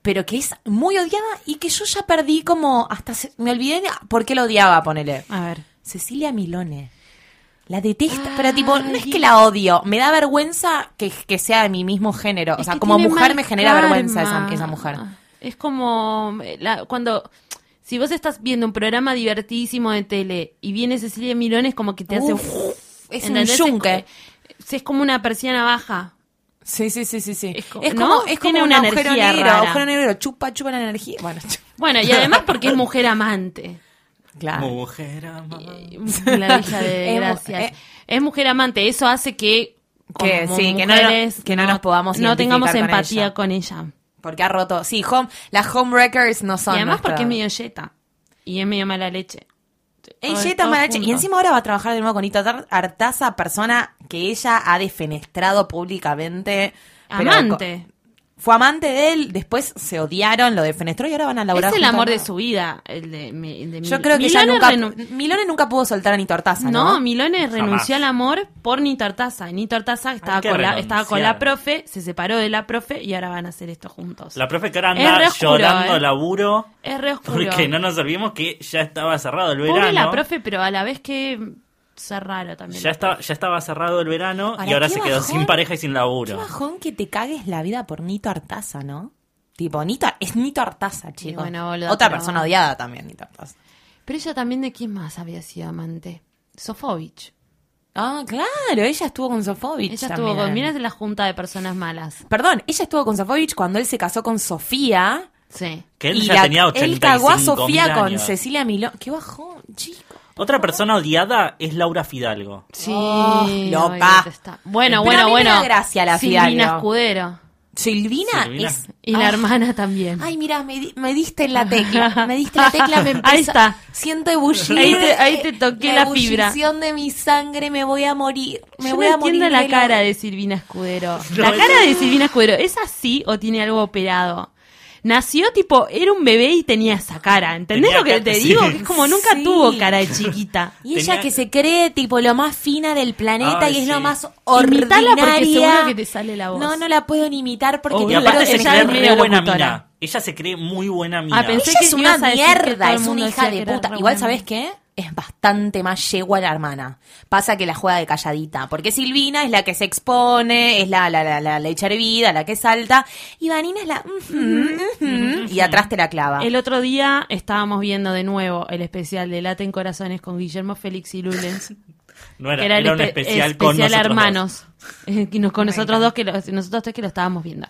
[SPEAKER 4] pero que es muy odiada y que yo ya perdí como hasta se- me olvidé de por qué la odiaba, ponele.
[SPEAKER 3] A ver.
[SPEAKER 4] Cecilia Milone. La detesto, pero tipo, no es que la odio, me da vergüenza que, que sea de mi mismo género. O
[SPEAKER 3] Es
[SPEAKER 4] sea,
[SPEAKER 3] que
[SPEAKER 4] como
[SPEAKER 3] tiene
[SPEAKER 4] mujer
[SPEAKER 3] mal
[SPEAKER 4] me genera
[SPEAKER 3] karma.
[SPEAKER 4] vergüenza esa, esa mujer.
[SPEAKER 3] Es como eh, la- cuando. Si vos estás viendo un programa divertidísimo de tele y viene Cecilia Milón, es como que te hace.
[SPEAKER 4] Uf, es un
[SPEAKER 3] ¿entendés? Es co-
[SPEAKER 4] yunque.
[SPEAKER 3] Es, como una persiana baja.
[SPEAKER 4] Sí, sí, sí, sí, sí.
[SPEAKER 3] Es
[SPEAKER 4] Es
[SPEAKER 3] co-
[SPEAKER 4] como, es
[SPEAKER 3] ¿no?
[SPEAKER 4] como,
[SPEAKER 3] Tiene
[SPEAKER 4] un
[SPEAKER 3] una
[SPEAKER 4] agujero
[SPEAKER 3] energía
[SPEAKER 4] negro,
[SPEAKER 3] rara.
[SPEAKER 4] agujero negro, chupa, chupa la energía. Bueno, chup-
[SPEAKER 3] Bueno, y además porque es mujer amante. Ah.
[SPEAKER 4] claro.
[SPEAKER 5] Mujer amada.
[SPEAKER 3] La hija de
[SPEAKER 4] Es mu-
[SPEAKER 3] gracias.
[SPEAKER 4] eh.
[SPEAKER 3] es mujer amante, eso hace que
[SPEAKER 4] Que
[SPEAKER 3] como
[SPEAKER 4] sí, que no- que no nos podamos
[SPEAKER 3] no tengamos
[SPEAKER 4] identificar con
[SPEAKER 3] empatía
[SPEAKER 4] ella.
[SPEAKER 3] con ella.
[SPEAKER 4] Porque ha roto. Sí, home, las homewreckers no son.
[SPEAKER 3] y además porque es medio
[SPEAKER 4] nuestras.
[SPEAKER 3] yeta y es medio mala leche.
[SPEAKER 4] Ey,
[SPEAKER 3] Todo-
[SPEAKER 4] Jetta
[SPEAKER 3] todo
[SPEAKER 4] Malache. Y
[SPEAKER 3] junto.
[SPEAKER 4] encima ahora va a trabajar de nuevo con Ita Tar- Artaza, persona que ella ha defenestrado públicamente. pero
[SPEAKER 3] amante.
[SPEAKER 4] co- Fue amante de él, después se odiaron, lo defenestró y ahora van a laburar.
[SPEAKER 3] Es el
[SPEAKER 4] juntos,
[SPEAKER 3] amor de
[SPEAKER 4] ¿no?
[SPEAKER 3] su vida, el de, mi- el de
[SPEAKER 4] Yo
[SPEAKER 3] Mil-
[SPEAKER 4] creo que ella
[SPEAKER 3] Milone
[SPEAKER 4] nunca.
[SPEAKER 3] renu-
[SPEAKER 4] Milone nunca pudo soltar a Nito Artaza, ¿no?
[SPEAKER 3] No, Milone renunció al amor por Nito Artaza. Y Nito Artaza estaba
[SPEAKER 5] que
[SPEAKER 3] con, la, estaba con la
[SPEAKER 5] renunciar.
[SPEAKER 3] profe, se separó de la profe y ahora van a hacer esto juntos.
[SPEAKER 5] La profe que ahora
[SPEAKER 3] Es re
[SPEAKER 5] anda
[SPEAKER 3] oscuro,
[SPEAKER 5] llorando
[SPEAKER 3] eh.
[SPEAKER 5] laburo.
[SPEAKER 3] es re oscuro.
[SPEAKER 5] Porque no nos olvidemos que ya estaba cerrado el verano.
[SPEAKER 3] Pobre la profe, pero a la vez que cerraro también.
[SPEAKER 5] Ya, está, ya estaba cerrado el verano
[SPEAKER 4] Ahora,
[SPEAKER 5] y ahora
[SPEAKER 4] qué
[SPEAKER 5] se quedó
[SPEAKER 4] bajón.
[SPEAKER 5] sin pareja y sin
[SPEAKER 4] Qué
[SPEAKER 5] laburo.
[SPEAKER 4] bajón que te cagues la vida por Nito Artaza, ¿no? Tipo, Nito, es Nito Artaza, chicos.
[SPEAKER 3] bueno, boluda,
[SPEAKER 4] Otra
[SPEAKER 3] pero-
[SPEAKER 4] persona odiada también, Nito Artaza.
[SPEAKER 3] Pero ella también de quién más había sido amante. Sofovich.
[SPEAKER 4] Ah, claro, ella estuvo con Sofovich.
[SPEAKER 3] Ella estuvo con.
[SPEAKER 4] también.
[SPEAKER 3] Mirá la junta de personas malas.
[SPEAKER 4] Perdón, ella estuvo con Sofovich cuando él se casó con Sofía.
[SPEAKER 3] Sí.
[SPEAKER 5] Que él
[SPEAKER 4] y
[SPEAKER 5] ya
[SPEAKER 4] la-
[SPEAKER 5] tenía 85
[SPEAKER 4] Él cagó a
[SPEAKER 5] mil
[SPEAKER 4] Sofía con
[SPEAKER 5] años.
[SPEAKER 4] Cecilia Milón. Qué bajón, chico.
[SPEAKER 5] Otra persona odiada es Laura Fidalgo.
[SPEAKER 3] Sí.
[SPEAKER 4] Oh,
[SPEAKER 3] ay,
[SPEAKER 4] loca.
[SPEAKER 3] detesta- Bueno,
[SPEAKER 4] Pero a
[SPEAKER 3] bueno,
[SPEAKER 4] mí me
[SPEAKER 3] bueno.
[SPEAKER 4] da gracia la
[SPEAKER 3] Silvina
[SPEAKER 4] Fidalgo.
[SPEAKER 3] Escudero.
[SPEAKER 4] Silvina,
[SPEAKER 5] Silvina.
[SPEAKER 4] es.
[SPEAKER 3] Y la
[SPEAKER 4] Ah.
[SPEAKER 3] hermana también.
[SPEAKER 4] Ay, mira, me, di- me diste en la tecla. Me diste la tecla, me empezó-
[SPEAKER 3] Ahí está.
[SPEAKER 4] Siento ebullir.
[SPEAKER 3] Ahí te- ahí
[SPEAKER 4] eh,
[SPEAKER 3] te toqué la fibra.
[SPEAKER 4] ebullición de mi sangre, me voy a morir. Me
[SPEAKER 3] Yo
[SPEAKER 4] voy
[SPEAKER 3] no
[SPEAKER 4] a morir.
[SPEAKER 3] entiendo la
[SPEAKER 4] lo-
[SPEAKER 3] cara de Silvina Escudero.
[SPEAKER 5] No,
[SPEAKER 3] la
[SPEAKER 5] es-
[SPEAKER 3] cara de Silvina Escudero, ¿es así o tiene algo operado? Nació tipo, era un bebé y tenía esa cara. ¿Entendés
[SPEAKER 5] Tenía
[SPEAKER 3] lo que
[SPEAKER 5] ca-
[SPEAKER 3] te
[SPEAKER 5] sí.
[SPEAKER 3] digo? Que es como nunca
[SPEAKER 4] Sí.
[SPEAKER 3] tuvo cara de chiquita.
[SPEAKER 4] Y ella
[SPEAKER 5] Tenía-
[SPEAKER 4] que se cree tipo lo más fina del planeta
[SPEAKER 5] Ay,
[SPEAKER 4] y es
[SPEAKER 5] sí.
[SPEAKER 4] lo más
[SPEAKER 3] Imitala
[SPEAKER 4] ordinaria.
[SPEAKER 3] porque seguro que te sale la voz.
[SPEAKER 4] No, no la puedo ni imitar porque
[SPEAKER 3] Obvio.
[SPEAKER 5] Y
[SPEAKER 4] te juro
[SPEAKER 5] aparte
[SPEAKER 4] que
[SPEAKER 5] se
[SPEAKER 3] ella
[SPEAKER 4] ella
[SPEAKER 5] cree
[SPEAKER 3] es
[SPEAKER 5] re
[SPEAKER 3] medio
[SPEAKER 5] buena
[SPEAKER 3] locutora.
[SPEAKER 5] mina. Ella se cree muy buena mina.
[SPEAKER 3] Ah, pensé-
[SPEAKER 4] Ella es
[SPEAKER 3] que
[SPEAKER 4] una
[SPEAKER 3] ibas a decir que todo
[SPEAKER 4] mierda,
[SPEAKER 3] el
[SPEAKER 4] es
[SPEAKER 3] mundo
[SPEAKER 4] una hija
[SPEAKER 3] decía que
[SPEAKER 4] de
[SPEAKER 3] era
[SPEAKER 4] puta.
[SPEAKER 3] re
[SPEAKER 4] Igual,
[SPEAKER 3] buena.
[SPEAKER 4] ¿sabes qué? Es bastante más yegua la hermana. Pasa que la juega de calladita. Porque Silvina es la que se expone, es la, la, la, la, la hecha hervida, la que salta. Y Vanina es la. "Ujú, ujú", y atrás te la clava.
[SPEAKER 3] El otro día estábamos viendo de nuevo el especial de Late en Corazones con Guillermo Félix y Lulens.
[SPEAKER 5] no
[SPEAKER 3] que
[SPEAKER 5] era,
[SPEAKER 3] era, el
[SPEAKER 5] era un
[SPEAKER 3] espe-
[SPEAKER 5] especial, con
[SPEAKER 3] especial
[SPEAKER 5] nosotros
[SPEAKER 3] hermanos. Eh, que nos- con nosotros dos que lo- nosotros tres que lo estábamos viendo.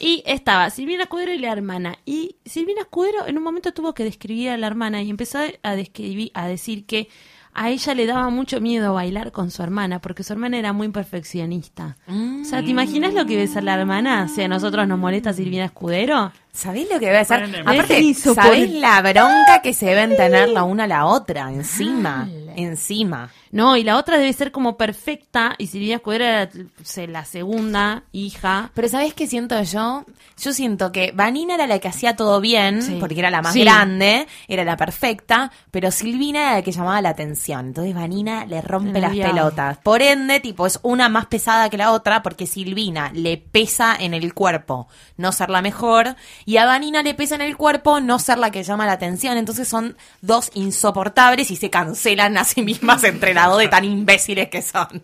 [SPEAKER 3] Y estaba Silvina Escudero y la hermana. Y Silvina Escudero en un momento tuvo que describir a la hermana y empezó a describir, a decir que a ella le daba mucho miedo bailar con su hermana, porque su hermana era muy perfeccionista. O sea, ¿te imaginas lo que ves a la hermana? O sea, a nosotros nos molesta Silvina Escudero.
[SPEAKER 4] ¿Sabés lo que debe ser?
[SPEAKER 5] Bueno,
[SPEAKER 3] es
[SPEAKER 4] Aparte,
[SPEAKER 3] insoportable.
[SPEAKER 4] ¿sabés la bronca que se deben tener la una a la otra? Encima. Encima.
[SPEAKER 3] No, y la otra debe ser como perfecta, y Silvina Escudero era o sea, la segunda hija.
[SPEAKER 4] Pero ¿sabés qué siento yo? Yo siento que Vanina era la que hacía todo bien,
[SPEAKER 3] Sí.
[SPEAKER 4] porque era la más
[SPEAKER 3] Sí.
[SPEAKER 4] grande, era la perfecta, pero Silvina era la que llamaba la atención. Entonces Vanina le rompe
[SPEAKER 3] La
[SPEAKER 4] las
[SPEAKER 3] odiaba.
[SPEAKER 4] pelotas. Por ende, tipo, es una más pesada que la otra porque Silvina le pesa en el cuerpo no ser la mejor y a Vanina le pesa en el cuerpo no ser la que llama la atención. Entonces son dos insoportables y se cancelan a sí mismas entre las dos de tan imbéciles que son.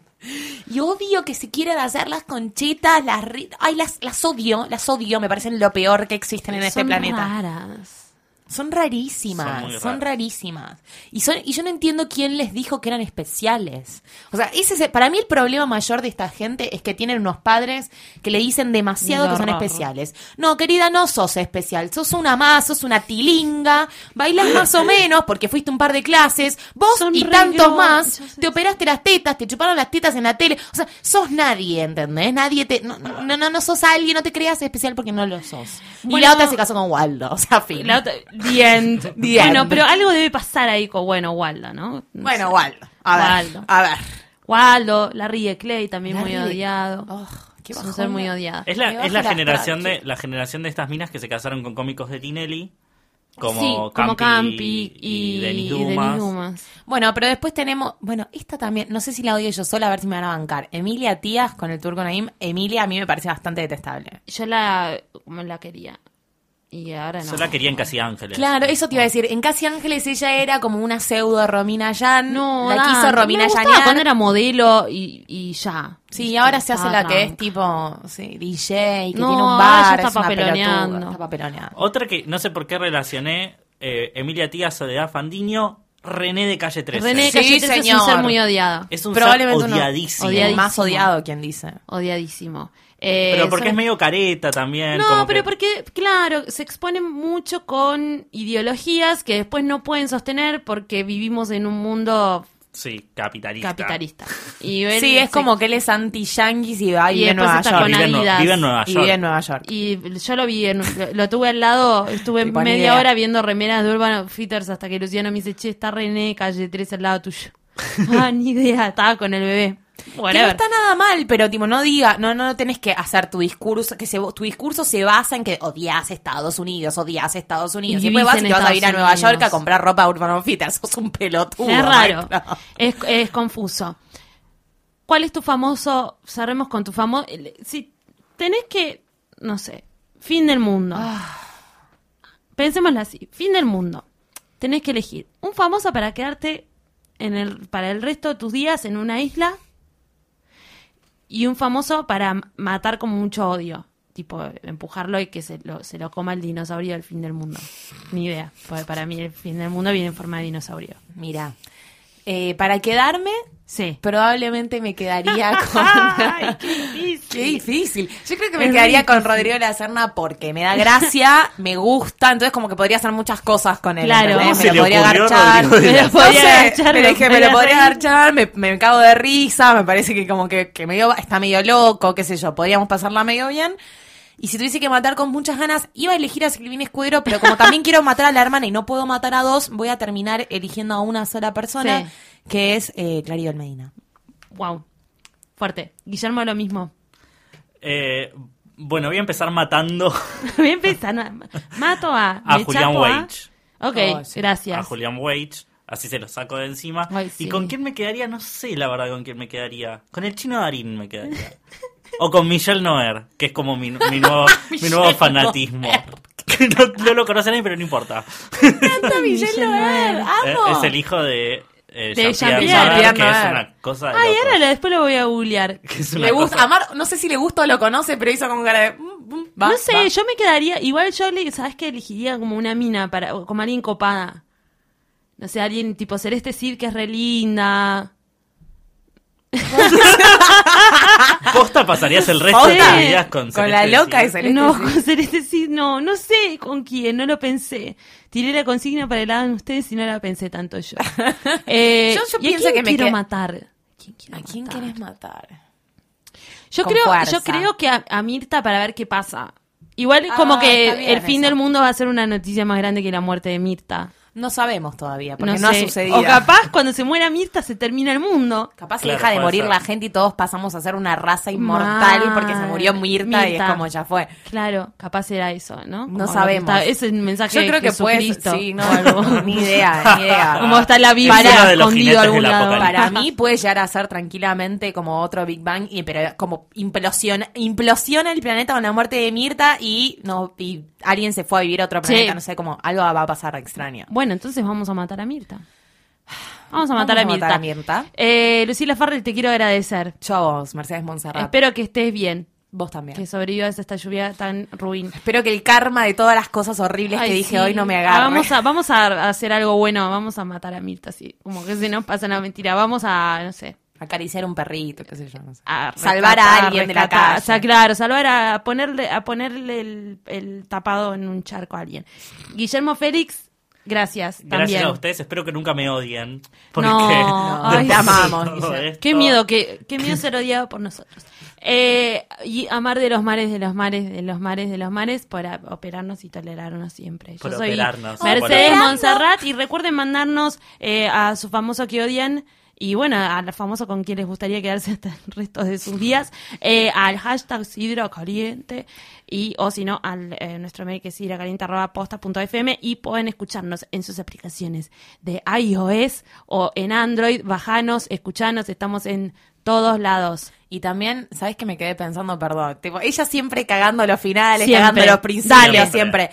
[SPEAKER 4] Y odio que se quieran hacer las conchetas, las ri- ay, las, las odio, las odio, me parecen lo peor que existen en este
[SPEAKER 3] Son
[SPEAKER 4] planeta.
[SPEAKER 3] raras.
[SPEAKER 4] Son rarísimas,
[SPEAKER 5] Son muy
[SPEAKER 4] son,
[SPEAKER 5] raras.
[SPEAKER 4] rarísimas. Y son y yo no entiendo quién les dijo que eran especiales. O sea, ese es el- para mí el problema mayor de esta gente es que tienen unos padres que le dicen demasiado que son
[SPEAKER 3] Garra.
[SPEAKER 4] especiales. No, querida, no sos especial, sos una más, sos una tilinga, bailás más o menos porque fuiste un par de clases, vos
[SPEAKER 3] Son
[SPEAKER 4] y
[SPEAKER 3] re
[SPEAKER 4] tantos
[SPEAKER 3] gro-
[SPEAKER 4] más,
[SPEAKER 3] yo sé.
[SPEAKER 4] te operaste las tetas, te chuparon las tetas en la tele, o sea, sos nadie, ¿entendés? Nadie te no no no, no sos alguien, no te creas especial porque no lo sos. y
[SPEAKER 3] Bueno.
[SPEAKER 4] la otra se casó con Waldo, o sea, fin.
[SPEAKER 3] La otra, the end.
[SPEAKER 4] The
[SPEAKER 3] bueno,
[SPEAKER 4] end.
[SPEAKER 3] pero algo debe pasar ahí con, bueno, Waldo, ¿no? No
[SPEAKER 4] Bueno,
[SPEAKER 3] sé.
[SPEAKER 4] Waldo. A ver.
[SPEAKER 3] Waldo.
[SPEAKER 4] A ver.
[SPEAKER 3] Waldo, Larry de Clay también muy
[SPEAKER 4] Larry-
[SPEAKER 3] odiado.
[SPEAKER 4] Oh, qué
[SPEAKER 3] es
[SPEAKER 4] bajón.
[SPEAKER 3] un ser muy odiado.
[SPEAKER 5] Es la,
[SPEAKER 4] Me baja
[SPEAKER 5] es la
[SPEAKER 4] las
[SPEAKER 5] generación de
[SPEAKER 4] trachas.
[SPEAKER 5] la generación de estas minas que se casaron con cómicos de Tinelli, como,
[SPEAKER 3] sí,
[SPEAKER 5] Campi,
[SPEAKER 3] como Campi y,
[SPEAKER 5] y Denis
[SPEAKER 3] y
[SPEAKER 5] Dumas.
[SPEAKER 3] Dumas.
[SPEAKER 4] Bueno, pero después tenemos. Bueno, esta también. No sé si la odio yo sola, a ver si me van a bancar. Emilia Tías con el turco Naim. Emilia a mí me parece bastante detestable.
[SPEAKER 3] Yo la, como la quería. Y ahora no.
[SPEAKER 5] Yo la quería en Casi Ángeles.
[SPEAKER 4] Claro, eso te iba a decir. En Casi Ángeles ella era como una pseudo Romina Yan.
[SPEAKER 3] No,
[SPEAKER 4] la
[SPEAKER 3] da,
[SPEAKER 4] quiso Romina
[SPEAKER 3] me gustaba
[SPEAKER 4] Yanear.
[SPEAKER 3] cuando era modelo y, y ya.
[SPEAKER 4] Sí, ahora se hace
[SPEAKER 3] Estaba
[SPEAKER 4] la que es
[SPEAKER 3] tranca.
[SPEAKER 4] tipo sí, DJ, que
[SPEAKER 3] No,
[SPEAKER 4] tiene un
[SPEAKER 3] ah,
[SPEAKER 4] bar,
[SPEAKER 3] ya está
[SPEAKER 4] es una
[SPEAKER 3] papeloneando.
[SPEAKER 4] pelotuda, está papeloneando.
[SPEAKER 5] Otra que no sé por qué relacioné eh, Emilia Tía, Soledad Fandiño, René de Calle 13.
[SPEAKER 3] René de
[SPEAKER 4] Sí,
[SPEAKER 3] Calle 13 es un
[SPEAKER 4] señor.
[SPEAKER 3] ser muy odiado.
[SPEAKER 5] Es un
[SPEAKER 4] Probablemente
[SPEAKER 5] Probablemente
[SPEAKER 4] uno-
[SPEAKER 5] odiadísimo.
[SPEAKER 3] Odiadísimo.
[SPEAKER 4] Más odiado, quien dice.
[SPEAKER 3] Odiadísimo. Eh,
[SPEAKER 5] Pero porque
[SPEAKER 3] sobre-
[SPEAKER 5] es medio careta también.
[SPEAKER 3] No,
[SPEAKER 5] como
[SPEAKER 3] pero
[SPEAKER 5] que-
[SPEAKER 3] porque, claro, se exponen mucho con ideologías que después no pueden sostener porque vivimos en un mundo
[SPEAKER 5] Sí, capitalista.
[SPEAKER 3] capitalista. Y él
[SPEAKER 4] Sí, es
[SPEAKER 3] se-
[SPEAKER 4] como que él es anti-yanquis y va
[SPEAKER 3] Y
[SPEAKER 4] y vive a
[SPEAKER 3] después
[SPEAKER 4] Nueva
[SPEAKER 3] está
[SPEAKER 4] York.
[SPEAKER 5] Y Vive en, Nue-
[SPEAKER 3] Adidas.
[SPEAKER 5] vive en Nueva
[SPEAKER 4] Y
[SPEAKER 5] York.
[SPEAKER 4] vive en Nueva York.
[SPEAKER 3] Y yo lo vi, en- lo, lo tuve al lado, estuve
[SPEAKER 4] Tipo, ni
[SPEAKER 3] media
[SPEAKER 4] idea.
[SPEAKER 3] hora viendo remeras de Urban Outfitters hasta que Luciano me dice, che, está René, calle 3 al lado tuyo. ah, ni idea, estaba con el bebé.
[SPEAKER 4] Que no
[SPEAKER 3] Whatever.
[SPEAKER 4] está nada mal, pero tipo, no diga, no, no tenés que hacer tu discurso, que se, tu discurso se basa en que odias Estados Unidos, odias Estados Unidos.
[SPEAKER 3] Y
[SPEAKER 4] Y después
[SPEAKER 3] vivís
[SPEAKER 4] vas
[SPEAKER 3] en
[SPEAKER 4] y te vas a ir a
[SPEAKER 3] Estados
[SPEAKER 4] Nueva
[SPEAKER 3] Unidos.
[SPEAKER 4] York a comprar ropa a Urban Outfitters, sos un pelotudo.
[SPEAKER 3] es raro.
[SPEAKER 4] maestro.
[SPEAKER 3] Es, es confuso. ¿Cuál es tu famoso? Cerremos con tu famoso. Si tenés que, no sé, fin del mundo. Pensémoslo así, fin del mundo. Tenés que elegir un famoso para quedarte en el, para el resto de tus días en una isla y un famoso para m- matar con mucho odio. Tipo, empujarlo y que se lo, se lo coma el dinosaurio del fin del mundo. Ni idea. Porque para mí el fin del mundo viene en forma de dinosaurio.
[SPEAKER 4] Mira, Eh, para quedarme,
[SPEAKER 3] Sí.
[SPEAKER 4] probablemente me quedaría con.
[SPEAKER 3] Ay, qué difícil.
[SPEAKER 4] Qué difícil. Yo creo que me
[SPEAKER 3] Es
[SPEAKER 4] quedaría
[SPEAKER 3] muy
[SPEAKER 4] con Rodrigo de la Serna porque me da gracia, me gusta, entonces como que podría hacer muchas cosas con él.
[SPEAKER 3] Claro. ¿Cómo
[SPEAKER 4] ¿entendés? Me
[SPEAKER 5] se
[SPEAKER 4] lo
[SPEAKER 5] le
[SPEAKER 4] podría
[SPEAKER 5] ocurrió a
[SPEAKER 4] agarchar.
[SPEAKER 5] Rodrigo de la
[SPEAKER 4] No
[SPEAKER 3] Serna?
[SPEAKER 4] sé,
[SPEAKER 3] Podría garchar,
[SPEAKER 4] pero
[SPEAKER 3] me
[SPEAKER 4] es que me lo
[SPEAKER 3] podría
[SPEAKER 4] podría
[SPEAKER 3] reír.
[SPEAKER 4] agarchar, me, me cago de risa, me parece que como que, que medio, está medio loco, qué sé yo, podríamos pasarla medio bien. Y si tuviese que matar con muchas ganas, iba a elegir a Silvina Escudero, pero como también quiero matar a la hermana y no puedo matar a dos, voy a terminar eligiendo a una sola persona,
[SPEAKER 3] Sí.
[SPEAKER 4] que es eh, Claribel Medina.
[SPEAKER 3] Wow. Fuerte. Guillermo lo mismo.
[SPEAKER 5] Eh, bueno, voy a empezar matando
[SPEAKER 3] Bien pensando. Mato a.
[SPEAKER 5] A
[SPEAKER 3] me
[SPEAKER 5] Julián
[SPEAKER 3] chapo a-
[SPEAKER 5] Weich.
[SPEAKER 3] Ok,
[SPEAKER 4] Oh, sí.
[SPEAKER 3] gracias.
[SPEAKER 5] a Julián Weich. Así se lo saco de encima.
[SPEAKER 3] Ay,
[SPEAKER 5] ¿Y
[SPEAKER 3] sí.
[SPEAKER 5] con quién me quedaría? No sé, la verdad, con quién me quedaría. Con el chino Darín me quedaría. o con Michelle Noer, que es como mi, mi nuevo, mi nuevo
[SPEAKER 4] Michelle
[SPEAKER 5] fanatismo. Que no, no lo conoce nadie, pero no importa.
[SPEAKER 4] ¡Canta Michelle Noel!
[SPEAKER 5] Eh,
[SPEAKER 4] ¡Amo!
[SPEAKER 5] Es el hijo de eh,
[SPEAKER 3] De
[SPEAKER 5] Jean-Pierre
[SPEAKER 3] Jean-Pierre.
[SPEAKER 5] Noer, que es
[SPEAKER 4] Noer.
[SPEAKER 5] una cosa de
[SPEAKER 3] Ay,
[SPEAKER 5] locos.
[SPEAKER 3] ahora lo- después lo voy a googlear.
[SPEAKER 5] Que es una
[SPEAKER 4] Le gusta,
[SPEAKER 5] cosa-
[SPEAKER 4] Amar, no sé si le gusta o lo conoce, pero hizo como cara de. mm, mm, va,
[SPEAKER 3] no sé,
[SPEAKER 4] va.
[SPEAKER 3] yo me quedaría. Igual yo, le- ¿sabes qué? Elegiría como una mina, para, o como alguien copada. No sé, alguien tipo Celeste Cid, que es re linda.
[SPEAKER 5] Posta pasarías el resto de
[SPEAKER 4] Posta.
[SPEAKER 5] tus vidas con
[SPEAKER 4] Con la
[SPEAKER 5] Celeste
[SPEAKER 4] loca
[SPEAKER 5] Cid.
[SPEAKER 4] Celeste
[SPEAKER 3] no,
[SPEAKER 4] Cid.
[SPEAKER 3] con Celeste Cid, no. No sé con quién, no lo pensé. Tiré la consigna para el lado de ustedes y no la pensé tanto yo. Eh,
[SPEAKER 4] Yo- yo
[SPEAKER 3] ¿y a
[SPEAKER 4] pienso
[SPEAKER 3] quién
[SPEAKER 4] que me
[SPEAKER 3] quiero
[SPEAKER 4] qued-
[SPEAKER 3] matar? ¿Quién quiero
[SPEAKER 4] ¿A quién
[SPEAKER 3] matar?
[SPEAKER 4] querés matar?
[SPEAKER 3] Yo
[SPEAKER 4] con
[SPEAKER 3] creo,
[SPEAKER 4] fuerza.
[SPEAKER 3] yo creo que a, a Mirta para ver qué pasa. Igual
[SPEAKER 4] Ah,
[SPEAKER 3] como que
[SPEAKER 4] está bien
[SPEAKER 3] el fin
[SPEAKER 4] eso.
[SPEAKER 3] del mundo va a ser una noticia más grande que la muerte de Mirta.
[SPEAKER 4] No sabemos todavía, porque
[SPEAKER 3] No,
[SPEAKER 4] no,
[SPEAKER 3] sé.
[SPEAKER 4] ha sucedido.
[SPEAKER 3] O capaz cuando se muera Mirta se termina el mundo.
[SPEAKER 4] Capaz se
[SPEAKER 5] Claro,
[SPEAKER 4] deja de
[SPEAKER 5] puede
[SPEAKER 4] morir
[SPEAKER 5] ser.
[SPEAKER 4] la gente y todos pasamos a ser una raza inmortal
[SPEAKER 3] Mal.
[SPEAKER 4] porque se murió Mirta, y es
[SPEAKER 3] Mirta.
[SPEAKER 4] como ya fue.
[SPEAKER 3] Claro, capaz era eso, ¿no? Como
[SPEAKER 4] No
[SPEAKER 3] lo que
[SPEAKER 4] sabemos.
[SPEAKER 3] está- ese es el mensaje
[SPEAKER 4] Yo creo
[SPEAKER 3] de
[SPEAKER 4] que puede
[SPEAKER 3] Jesucristo.
[SPEAKER 4] Sí,
[SPEAKER 3] o algo.
[SPEAKER 4] no, ni idea, ni idea.
[SPEAKER 3] como está la Biblia
[SPEAKER 5] Es uno de los
[SPEAKER 3] escondido a
[SPEAKER 5] jinetes
[SPEAKER 3] algún
[SPEAKER 5] del
[SPEAKER 3] lado.
[SPEAKER 5] apocalipsis.
[SPEAKER 4] Para mí puede llegar a ser tranquilamente como otro Big Bang, y, pero como implosiona, implosiona el planeta con la muerte de Mirta y no y alguien se fue a vivir a otro
[SPEAKER 3] Sí.
[SPEAKER 4] planeta, no sé, como algo va a pasar extraño.
[SPEAKER 3] Bueno, entonces vamos a matar a Mirta. Vamos a
[SPEAKER 4] Vamos
[SPEAKER 3] matar,
[SPEAKER 4] a
[SPEAKER 3] a, Mirta.
[SPEAKER 4] matar a Mirta.
[SPEAKER 3] Eh, Lucila Farrell, te quiero agradecer.
[SPEAKER 4] Yo a vos, Mercedes Monserrat.
[SPEAKER 3] Espero que estés bien,
[SPEAKER 4] vos también.
[SPEAKER 3] que sobrevivas a esta lluvia tan ruin.
[SPEAKER 4] Espero que el karma de todas las cosas horribles
[SPEAKER 3] Ay,
[SPEAKER 4] que dije
[SPEAKER 3] sí.
[SPEAKER 4] hoy no me
[SPEAKER 3] Ah,
[SPEAKER 4] agarre.
[SPEAKER 3] Vamos a, vamos a hacer algo bueno, vamos a matar a Mirta, sí. Como que se nos pasa una mentira, vamos a, no sé,
[SPEAKER 4] Acariciar un perrito, qué sé yo, no sé.
[SPEAKER 3] a
[SPEAKER 4] Salvar a
[SPEAKER 3] rescatar,
[SPEAKER 4] alguien de la
[SPEAKER 3] rescatar.
[SPEAKER 4] calle.
[SPEAKER 3] O sea, claro, salvar a, a ponerle, a ponerle el, el tapado en un charco a alguien. Guillermo Félix, gracias
[SPEAKER 5] Gracias
[SPEAKER 3] también.
[SPEAKER 5] a ustedes, espero que nunca me odien. Porque
[SPEAKER 3] No,
[SPEAKER 4] ay,
[SPEAKER 5] después de
[SPEAKER 4] te amamos,
[SPEAKER 5] todo
[SPEAKER 4] Guillermo.
[SPEAKER 5] esto-
[SPEAKER 3] Qué miedo, qué, qué miedo ser odiado por nosotros. Eh, y amar de los mares, de los mares, de los mares, de los mares, por a- operarnos y tolerarnos siempre. Yo
[SPEAKER 5] Por
[SPEAKER 3] soy
[SPEAKER 5] operarnos,
[SPEAKER 3] Mercedes
[SPEAKER 4] por-
[SPEAKER 3] Monserrat y recuerden mandarnos eh, a su famoso que odian. Y bueno, al famoso con quien les gustaría quedarse hasta el resto de sus días, eh, al hashtag Sidra Caliente y o si no, al eh, nuestro mail que es sidracaliente.posta.fm y pueden escucharnos en sus aplicaciones de iOS o en Android, bajanos, escuchanos, estamos en todos lados.
[SPEAKER 4] Y también, ¿sabes qué me quedé pensando? Perdón. Tipo, ella siempre cagando los finales,
[SPEAKER 3] Siempre.
[SPEAKER 4] cagando los principios,
[SPEAKER 3] Dale.
[SPEAKER 4] siempre.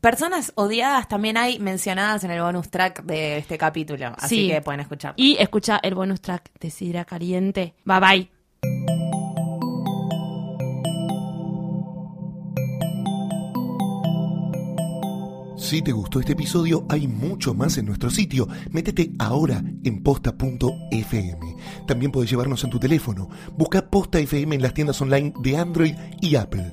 [SPEAKER 4] Personas odiadas también hay mencionadas en el bonus track de este capítulo. Así
[SPEAKER 3] Sí.
[SPEAKER 4] que pueden escuchar.
[SPEAKER 3] Y escucha el bonus track de Sidra Caliente. Bye bye.
[SPEAKER 1] Si te gustó este episodio, hay mucho más en nuestro sitio. Métete ahora en posta.fm. También puedes llevarnos en tu teléfono. Busca Posta FM en las tiendas online de Android y Apple.